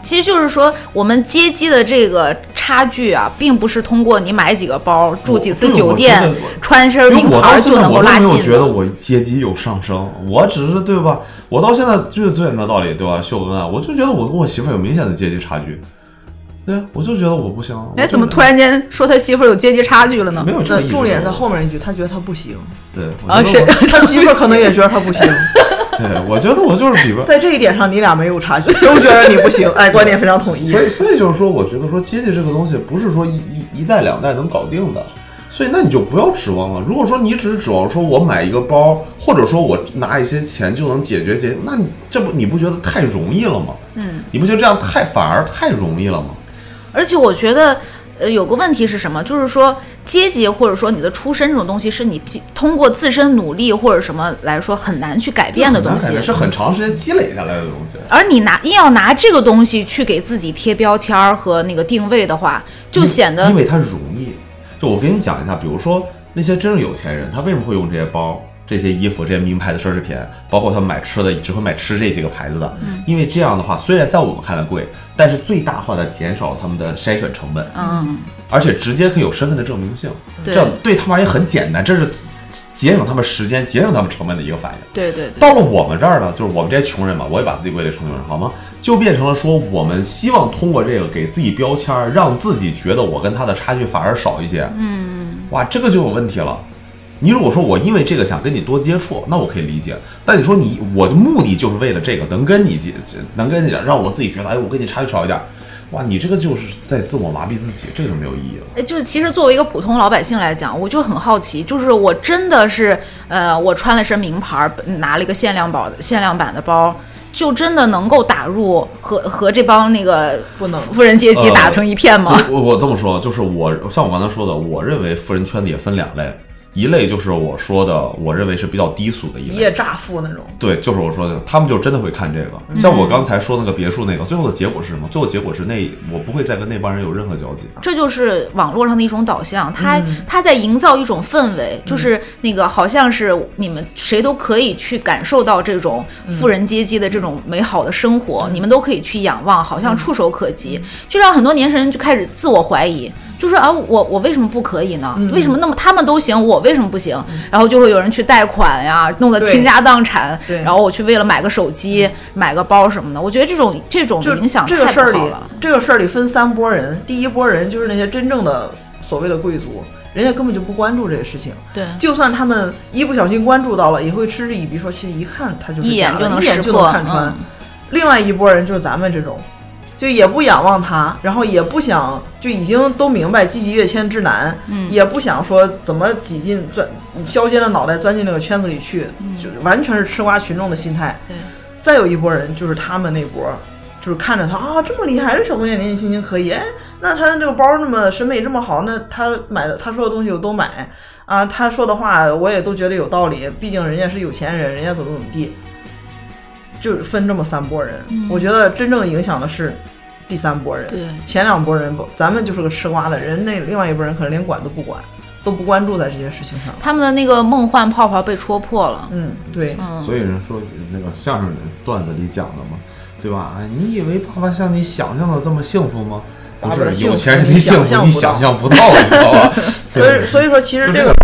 [SPEAKER 1] 其实就是说我们阶级的这个差距啊，并不是通过你买几个包、住几次酒店
[SPEAKER 2] 我这个我、
[SPEAKER 1] 穿身
[SPEAKER 2] 因为
[SPEAKER 1] 名
[SPEAKER 2] 我
[SPEAKER 1] 牌
[SPEAKER 2] 到
[SPEAKER 1] 儿
[SPEAKER 2] 现
[SPEAKER 1] 就
[SPEAKER 2] 在
[SPEAKER 1] 能够
[SPEAKER 2] 我都
[SPEAKER 1] 拉
[SPEAKER 2] 没有
[SPEAKER 1] 近
[SPEAKER 2] 觉得
[SPEAKER 1] 的。
[SPEAKER 2] 我阶级有上升，我只是对吧？我到现在就是最简单的道理，对吧？秀恩爱，啊我就觉得我跟我媳妇儿有明显的阶级差距，对，啊我就觉得我不行。
[SPEAKER 1] 哎，
[SPEAKER 2] 我就
[SPEAKER 1] 怎么突然间说他媳妇儿有阶级差距了呢
[SPEAKER 2] 没？有这个
[SPEAKER 3] 那
[SPEAKER 2] 意识
[SPEAKER 3] 重点在后面一句，他觉得他
[SPEAKER 1] <laughs>
[SPEAKER 3] 不行，
[SPEAKER 2] 对
[SPEAKER 1] 啊，
[SPEAKER 2] 我
[SPEAKER 1] 是
[SPEAKER 2] 觉得
[SPEAKER 3] 他媳妇儿可能也觉得他不
[SPEAKER 1] <laughs>
[SPEAKER 3] 行，
[SPEAKER 2] 我对，我觉得我就是比不
[SPEAKER 3] 在这一点上你俩没有差距，都觉得你不行，哎，观点非常统一
[SPEAKER 2] 所。以，所以就是说，我觉得说阶级这个东西不是说一一一代两代能搞定的，所以那你就不要指望了。如果说你只是指望说我买一个包，或者说我拿一些钱就能解决解，那你这不你不觉得太容易了吗？嗯，你不觉得这样太反而太容易了吗？
[SPEAKER 1] 而且我觉得，呃，有个问题是什么？就是说阶级或者说你的出身这种东西，是你必通过自身努力或者什么来说很难去改变的东
[SPEAKER 2] 很
[SPEAKER 1] 西
[SPEAKER 2] 难改变。是很长时间积累下来的东西。
[SPEAKER 1] 而你拿硬要拿这个东西去给自己贴标签儿和那个定位的话，就显得
[SPEAKER 3] 嗯
[SPEAKER 2] 因为它容易。就我给你讲一下，比如说那些真是有钱人，他为什么会用这些包、这些衣服、这些名牌的奢侈品，包括他们买吃的，只会买吃这几个牌子的？
[SPEAKER 1] 嗯
[SPEAKER 2] 因为这样的话，虽然在我们看来贵，但是最大化的减少了他们的筛选成本，
[SPEAKER 1] 嗯，
[SPEAKER 2] 而且直接可以有身份的证明性，
[SPEAKER 1] 对
[SPEAKER 2] 这样对他们而言很简单，这是节省他们时间、节省他们成本的一个反应。
[SPEAKER 1] 对对对，
[SPEAKER 2] 到了我们这儿呢，就是我们这些穷人嘛，我也把自己归类成穷人，好吗？就变成了说，我们希望通过这个给自己标签儿，让自己觉得我跟他的差距反而少一些。嗯，哇，这个就有问题了。你如果说我因为这个想跟你多接触，那我可以理解。但你说你我的目的就是为了这个，能跟你接，能跟你让我自己觉得，哎，我跟你差距少一点儿。哇，你这个就是在自我麻痹自己，这个就没有意义了。
[SPEAKER 1] 呃就是其实作为一个普通老百姓来讲，我就很好奇，就是我真的是，呃，我穿了身名牌儿，拿了一个限量版限量版的包，就真的能够打入和和这帮那个
[SPEAKER 3] 不能呃
[SPEAKER 1] 富人阶级打成一片吗？
[SPEAKER 2] 我我这么说，就是我像我刚才说的，我认为富人圈子也分两类，一类就是我说的，我认为是比较低俗的一
[SPEAKER 3] 一
[SPEAKER 2] 类
[SPEAKER 3] 夜。乍富那种。
[SPEAKER 2] 对，就是我说的，他们就真的会看这个。像我刚才说那个别墅那个，最后的结果是什么？最后结果是那我不会再跟那帮人有任何交集。
[SPEAKER 1] 这就是网络上的一种导向，它、
[SPEAKER 3] 嗯
[SPEAKER 1] 它在营造一种氛围，就是那个好像是你们谁都可以去感受到这种
[SPEAKER 3] 嗯
[SPEAKER 1] 富人阶级的这种美好的生活，你们都可以去仰望，好
[SPEAKER 3] 嗯
[SPEAKER 1] 像触手可及，就让很多年轻人就开始自我怀疑。就说啊，我我为什么不可以呢？
[SPEAKER 3] 嗯
[SPEAKER 1] 为什么那么他们都行，我为什么不行？然后就会有人去贷款呀，弄得
[SPEAKER 3] 对
[SPEAKER 1] 倾家荡产。
[SPEAKER 3] 对嗯
[SPEAKER 1] 然后我去为了买个手机、买个包什么的，我觉得这种这种
[SPEAKER 3] 就
[SPEAKER 1] 影响
[SPEAKER 3] 这个
[SPEAKER 1] 太
[SPEAKER 3] 事儿
[SPEAKER 1] 不
[SPEAKER 3] 里
[SPEAKER 1] 好了。，
[SPEAKER 3] 这个事儿里分三波人。第一波人就是那些真正的所谓的贵族，人家根本就不关注这个事情。
[SPEAKER 1] 对
[SPEAKER 3] 就算他们一不小心关注到了，也会嗤之以鼻说，其实一看他就是
[SPEAKER 1] 一眼
[SPEAKER 3] 假
[SPEAKER 1] 就
[SPEAKER 3] 的
[SPEAKER 1] 能
[SPEAKER 3] 一眼
[SPEAKER 1] 识
[SPEAKER 3] 就
[SPEAKER 1] 破
[SPEAKER 3] 能看穿。
[SPEAKER 1] 嗯
[SPEAKER 3] 另外一波人就是咱们这种，就也不仰望他，然后也不想，就已经都明白积极跃迁之难，
[SPEAKER 1] 嗯
[SPEAKER 3] 也不想说怎么挤进钻削尖了脑袋钻进那个圈子里去，
[SPEAKER 1] 嗯
[SPEAKER 3] 就完全是吃瓜群众的心态。
[SPEAKER 1] 对。
[SPEAKER 3] 再有一波人就是他们那波，就是看着他啊这么厉害，这小姑娘年纪轻轻可以，哎，那她的这个包那么审美这么好，那她买的她说的东西我都买啊，她说的话我也都觉得有道理，毕竟人家是有钱人，人家怎么怎么地，就是分这么三波人。我觉得真正影响的是第三波人，
[SPEAKER 1] 对
[SPEAKER 3] 前两波人不，咱们就是个吃瓜的人，那另外一波人可能连管都不管，都不关注在这些事情上。
[SPEAKER 1] 他们的那个梦幻泡泡被戳破了。
[SPEAKER 3] 嗯，对，
[SPEAKER 2] 所以人说那个相声里段子里讲的嘛，对吧？哎，你以为爸爸像你想象的这么幸福吗？不
[SPEAKER 3] 爸爸
[SPEAKER 2] 是，
[SPEAKER 3] 幸
[SPEAKER 2] 有
[SPEAKER 3] 福
[SPEAKER 2] 钱人
[SPEAKER 3] 你
[SPEAKER 2] 的幸
[SPEAKER 3] 想
[SPEAKER 2] 福你
[SPEAKER 3] 象不到
[SPEAKER 2] 想象不到，你知道吧？
[SPEAKER 3] <laughs> 所以所以说其实
[SPEAKER 2] 就
[SPEAKER 3] 这
[SPEAKER 2] 这
[SPEAKER 3] 个
[SPEAKER 2] 个。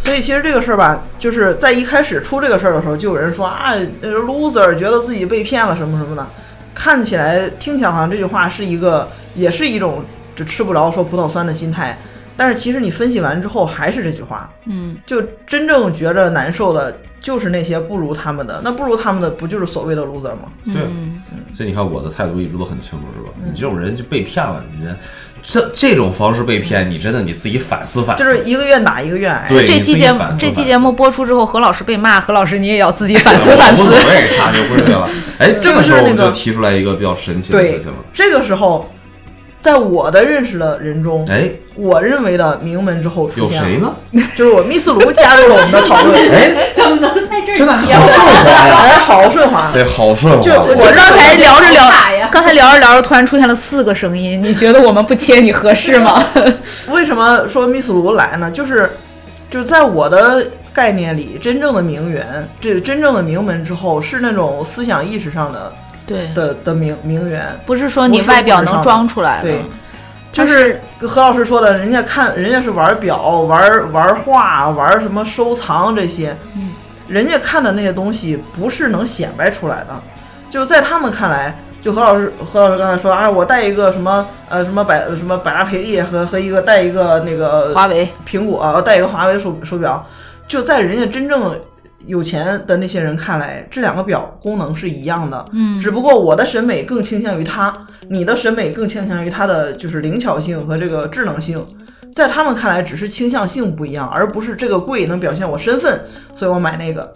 [SPEAKER 3] 所以其实这个事儿吧，就是在一开始出这个事儿的时候，就有人说啊，这是 loser，觉得自己被骗了什么什么的。看起来、听起来好像这句话是一个，也是一种只吃不着说葡萄酸的心态。但是其实你分析完之后，还是这句话，
[SPEAKER 1] 嗯，
[SPEAKER 3] 就真正觉着难受的，就是那些不如他们的。那不如他们的，不就是所谓的 loser 吗？
[SPEAKER 2] 对
[SPEAKER 1] 嗯，
[SPEAKER 2] 所以你看我的态度一直都很清楚，是吧？
[SPEAKER 3] 嗯
[SPEAKER 2] 你这种人就被骗了，你这这这种方式被骗，你真的你自己反思反思。
[SPEAKER 3] 就是一个愿打一个愿哎挨。
[SPEAKER 2] 对
[SPEAKER 1] 这
[SPEAKER 2] 你
[SPEAKER 1] 期
[SPEAKER 2] 自己
[SPEAKER 1] 节目
[SPEAKER 2] 反思
[SPEAKER 1] 这期
[SPEAKER 2] 反
[SPEAKER 1] 节目播出之后，何老师被骂，何老师你也要自己反
[SPEAKER 2] <laughs>
[SPEAKER 1] 思反思。
[SPEAKER 2] 我也差就不是这了。
[SPEAKER 3] <laughs>
[SPEAKER 2] 哎，这个时候
[SPEAKER 3] 就是
[SPEAKER 2] 我
[SPEAKER 3] 那个
[SPEAKER 2] 就提出来一个比较神奇的
[SPEAKER 3] 对
[SPEAKER 2] 事情了。
[SPEAKER 3] 这个时候，在我的认识的人中，
[SPEAKER 2] 哎，
[SPEAKER 3] 我认为的名门之后出
[SPEAKER 2] 有
[SPEAKER 3] 现
[SPEAKER 2] 谁
[SPEAKER 3] 了 <laughs>
[SPEAKER 2] 呢？
[SPEAKER 3] 就是我 Miss 卢加入了我们的讨
[SPEAKER 2] <laughs>
[SPEAKER 3] 论，
[SPEAKER 4] <laughs>
[SPEAKER 2] 哎，
[SPEAKER 4] 怎么能在这儿
[SPEAKER 2] 真的好啊
[SPEAKER 4] 结
[SPEAKER 2] 顺
[SPEAKER 3] <laughs>
[SPEAKER 2] 滑呀！
[SPEAKER 3] 哎，好顺滑。
[SPEAKER 2] 对，好顺啊
[SPEAKER 3] 就
[SPEAKER 2] 滑。
[SPEAKER 3] 我
[SPEAKER 1] 我刚才聊着聊
[SPEAKER 4] 我打呀，
[SPEAKER 1] 刚才聊着聊着，突然出现了四个声音，你觉得我们不切你合适吗？
[SPEAKER 3] 为什么说 Miss 卢来呢？就是，就是在我的概念里，真正的名媛，这真正的名门之后，是那种思想意识上的
[SPEAKER 1] 对，
[SPEAKER 3] 的的名名媛。
[SPEAKER 1] 不是说你外表能装出来的
[SPEAKER 3] 对，，就
[SPEAKER 1] 它
[SPEAKER 3] 是何老师说的，人家看人家是玩表、玩玩画、玩什么收藏这些，人家看的那些东西不是能显摆出来的，就在他们看来，就何老师何老师刚才说，啊，我带一个什么呃什么百什么百达翡丽和和一个带一个那个
[SPEAKER 1] 华为
[SPEAKER 3] 苹果，呃带一个华为的手手表，就在人家真正有钱的那些人看来，这两个表功能是一样的，嗯，只不过我的审美更倾向于它，你的审美更倾向于它的就是灵巧性和这个智能性。在他们看来，只是倾向性不一样，而不是这个贵能表现我身份，所以我买那个。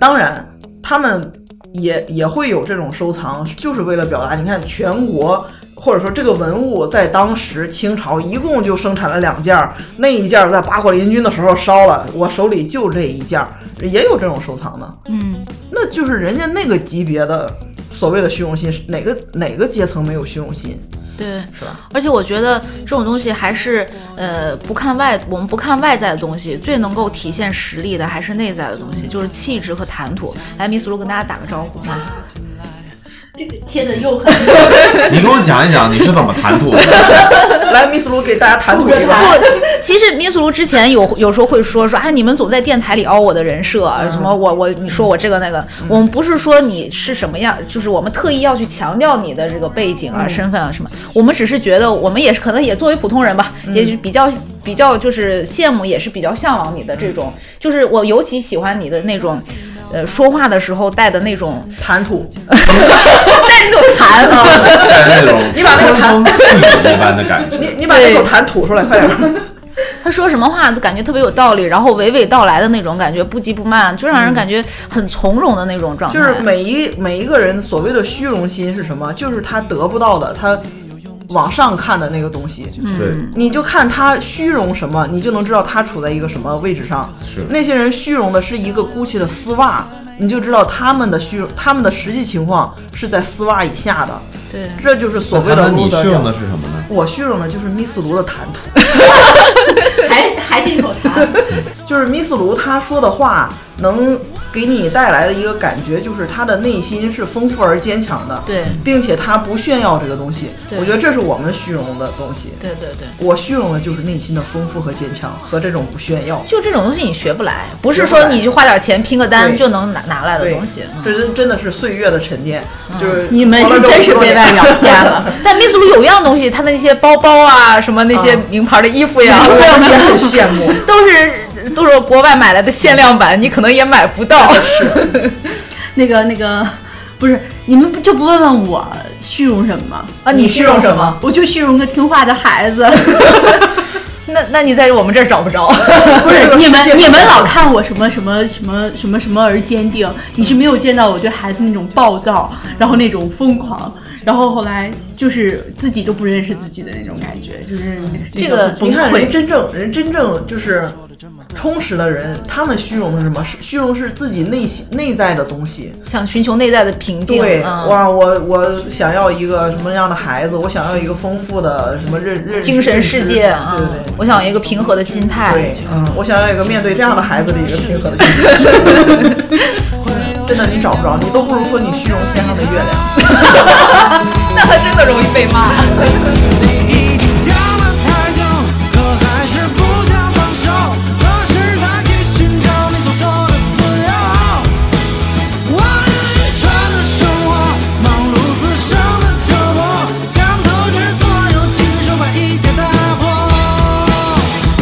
[SPEAKER 3] 当然，他们也也会有这种收藏，就是为了表达。你看，全国或者说这个文物在当时清朝一共就生产了两件儿，那一件儿在八国联军的时候烧了，我手里就这一件儿，也有这种收藏的。嗯，那就是人家那个级别的所谓的虚荣心，哪个哪个阶层没有虚荣心？
[SPEAKER 1] 对，
[SPEAKER 3] 是吧？
[SPEAKER 1] 而且我觉得这种东西还是，呃，不看外，我们不看外在的东西，最能够体现实力的还是内在的东西，就是气质和谈吐。来，米苏露跟大家打个招呼啊！
[SPEAKER 4] 这个切的又狠，
[SPEAKER 2] 你给我讲一讲你是怎么谈
[SPEAKER 3] <laughs>
[SPEAKER 2] 吐的？
[SPEAKER 3] 来，米斯卢给大家谈吐
[SPEAKER 1] <laughs>
[SPEAKER 3] 一
[SPEAKER 1] 不
[SPEAKER 3] 下。，
[SPEAKER 1] 其实米苏露之前有有时候会说说，哎，你们总在电台里凹我的人设，什么我我你说我这个那个，我们不是说你是什么样，就是我们特意要去强调你的这个背景啊、身份啊什么，我们只是觉得我们也是可能也作为普通人吧，也许比较比较就是羡慕，也是比较向往你的这种，就是我尤其喜欢你的那种。呃，说话的时候带的那种
[SPEAKER 3] 谈吐，
[SPEAKER 1] 那种谈啊，
[SPEAKER 2] 带那种
[SPEAKER 3] 你把那个
[SPEAKER 2] 春风细雨一般的感
[SPEAKER 3] 你
[SPEAKER 2] 觉。
[SPEAKER 3] 你把那口痰吐出来，快点儿！
[SPEAKER 1] 他说什么话就感觉特别有道理，然后娓娓道来的那种感觉，不急不慢，就让人感觉很从容的那种状态。
[SPEAKER 3] 嗯就是每一每一个人所谓的虚荣心是什么？就是他得不到的，他往上看的那个东西。
[SPEAKER 2] 对，
[SPEAKER 3] 你就看他虚荣什么，你就能知道他处在一个什么位置上。
[SPEAKER 2] 是
[SPEAKER 3] 那些人虚荣的是一个 GUCCI 的丝袜，你就知道他们的虚荣，他们的实际情况是在丝袜以下的。
[SPEAKER 1] 对，
[SPEAKER 3] 这就是所谓
[SPEAKER 2] 那
[SPEAKER 3] 的
[SPEAKER 2] 你
[SPEAKER 3] loser
[SPEAKER 2] 去用
[SPEAKER 3] 掉
[SPEAKER 2] 的是什么呢？
[SPEAKER 3] 我虚荣的就是密斯卢的谈吐。
[SPEAKER 4] 还还是一口痰。
[SPEAKER 3] 就是米斯卢他说的话能给你带来的一个感觉，就是他的内心是丰富而坚强的，
[SPEAKER 1] 对
[SPEAKER 3] 并且他不炫耀这个东西。
[SPEAKER 1] 对
[SPEAKER 3] 我觉得这是我们虚荣的东西。
[SPEAKER 1] 对对对，
[SPEAKER 3] 我虚荣的就是内心的丰富和坚强和这种不炫耀。
[SPEAKER 1] 就这种东西你学不来，不是
[SPEAKER 3] 学不来
[SPEAKER 1] 说你就花点钱拼个单
[SPEAKER 3] 对
[SPEAKER 1] 就能拿拿来的
[SPEAKER 3] 对
[SPEAKER 1] 东西。嗯
[SPEAKER 3] 这真真的是岁月的沉淀，就是
[SPEAKER 4] 你们
[SPEAKER 3] 活了
[SPEAKER 4] 是
[SPEAKER 3] 这
[SPEAKER 4] 真
[SPEAKER 3] 么
[SPEAKER 4] 是
[SPEAKER 3] 多
[SPEAKER 4] 被
[SPEAKER 3] 年
[SPEAKER 4] 外表骗了，
[SPEAKER 1] <laughs> 但 Miss Lu 有一样东西，她的那些包包啊，什么那些
[SPEAKER 3] 啊
[SPEAKER 1] 名牌的衣服呀， <laughs>
[SPEAKER 3] <laughs> 我也很羡
[SPEAKER 4] <laughs>
[SPEAKER 3] 慕。
[SPEAKER 1] 都是都是国外买来的限量版，你可能也买不到。
[SPEAKER 4] 那个那个。不是，你们不就不问问我虚荣什么吗？
[SPEAKER 1] <laughs> 啊你虚荣什么？
[SPEAKER 4] 我就虚荣个听话的孩子。
[SPEAKER 1] 那那你在我们这儿找不
[SPEAKER 3] <laughs>
[SPEAKER 1] 着。
[SPEAKER 4] 不
[SPEAKER 3] 这
[SPEAKER 4] 是
[SPEAKER 3] 个
[SPEAKER 4] <laughs> 你
[SPEAKER 3] 世界
[SPEAKER 4] 们，你
[SPEAKER 3] 不一
[SPEAKER 4] 们
[SPEAKER 3] 样
[SPEAKER 4] 老看我什么什么什么什么什么而坚定，你是没有见到我对孩子那种暴躁，然后那种疯狂，然后后来就是自己都不认识自己的那种感觉，就是
[SPEAKER 1] 这个
[SPEAKER 4] 崩
[SPEAKER 3] 你看人
[SPEAKER 4] 溃。
[SPEAKER 3] 真正人真正就是充实的人，他们虚荣的是什么？是虚荣是自己内心内在的东西。
[SPEAKER 1] 想寻求内在的平静，
[SPEAKER 3] 对，
[SPEAKER 1] 嗯，
[SPEAKER 3] 哇，我我想要一个什么样的孩子？我想要一个丰富的什么认认
[SPEAKER 1] 精神世界，
[SPEAKER 3] 认知
[SPEAKER 1] 嗯，我想有一个平和的心态。
[SPEAKER 3] <laughs> 对对对，嗯，我想要一个面对这样的孩子的一个平和的心态。 <laughs> 真的，你找不着，你都不如说你虚荣天上的月亮。
[SPEAKER 1] 那他真的容易被骂。
[SPEAKER 5] 你已经想了太久，可还是不想放手。何时才去寻找你所说的自由？我日常的生活，忙碌滋生的折磨，想透支所有，亲手把一切打破。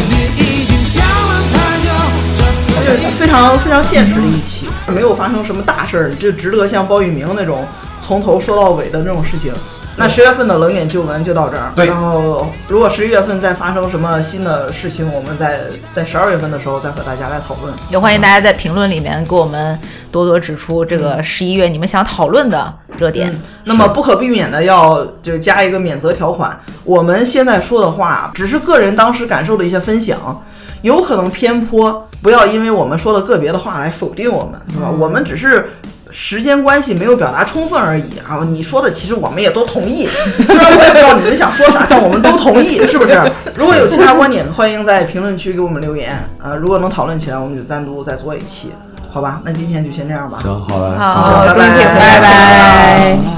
[SPEAKER 5] 你已经想了太久，这次
[SPEAKER 3] 就是非常非常现实的一期，没有发生什么大事儿，就值得像包玉明那种从头说到尾的那种事情。那十月份的冷眼旧闻就到这儿，
[SPEAKER 2] 对
[SPEAKER 3] 然后如果十一月份再发生什么新的事情，我们在在十二月份的时候再和大家来讨论。
[SPEAKER 1] 也欢迎大家在评论里面给我们多多指出这个十一月你们想讨论的热点。
[SPEAKER 3] 那么不可避免的要就是加一个免责条款。我们现在说的话，啊只是个人当时感受的一些分享，有可能偏颇，不要因为我们说了个别的话来否定我们，是吧？我们只是。时间关系没有表达充分而已啊！你说的其实我们也都同意， <laughs> 虽然我也不知道你们想说啥，但我们都同意，是不是？如果有其他观点，欢迎在评论区给我们留言。呃，如果能讨论起来，我们就单独再做一期，好吧？那今天就先这样吧。
[SPEAKER 2] 行，好嘞，
[SPEAKER 1] 好，
[SPEAKER 3] 拜
[SPEAKER 1] 终于可以
[SPEAKER 3] 拜
[SPEAKER 1] 回来了
[SPEAKER 3] 拜
[SPEAKER 4] 拜。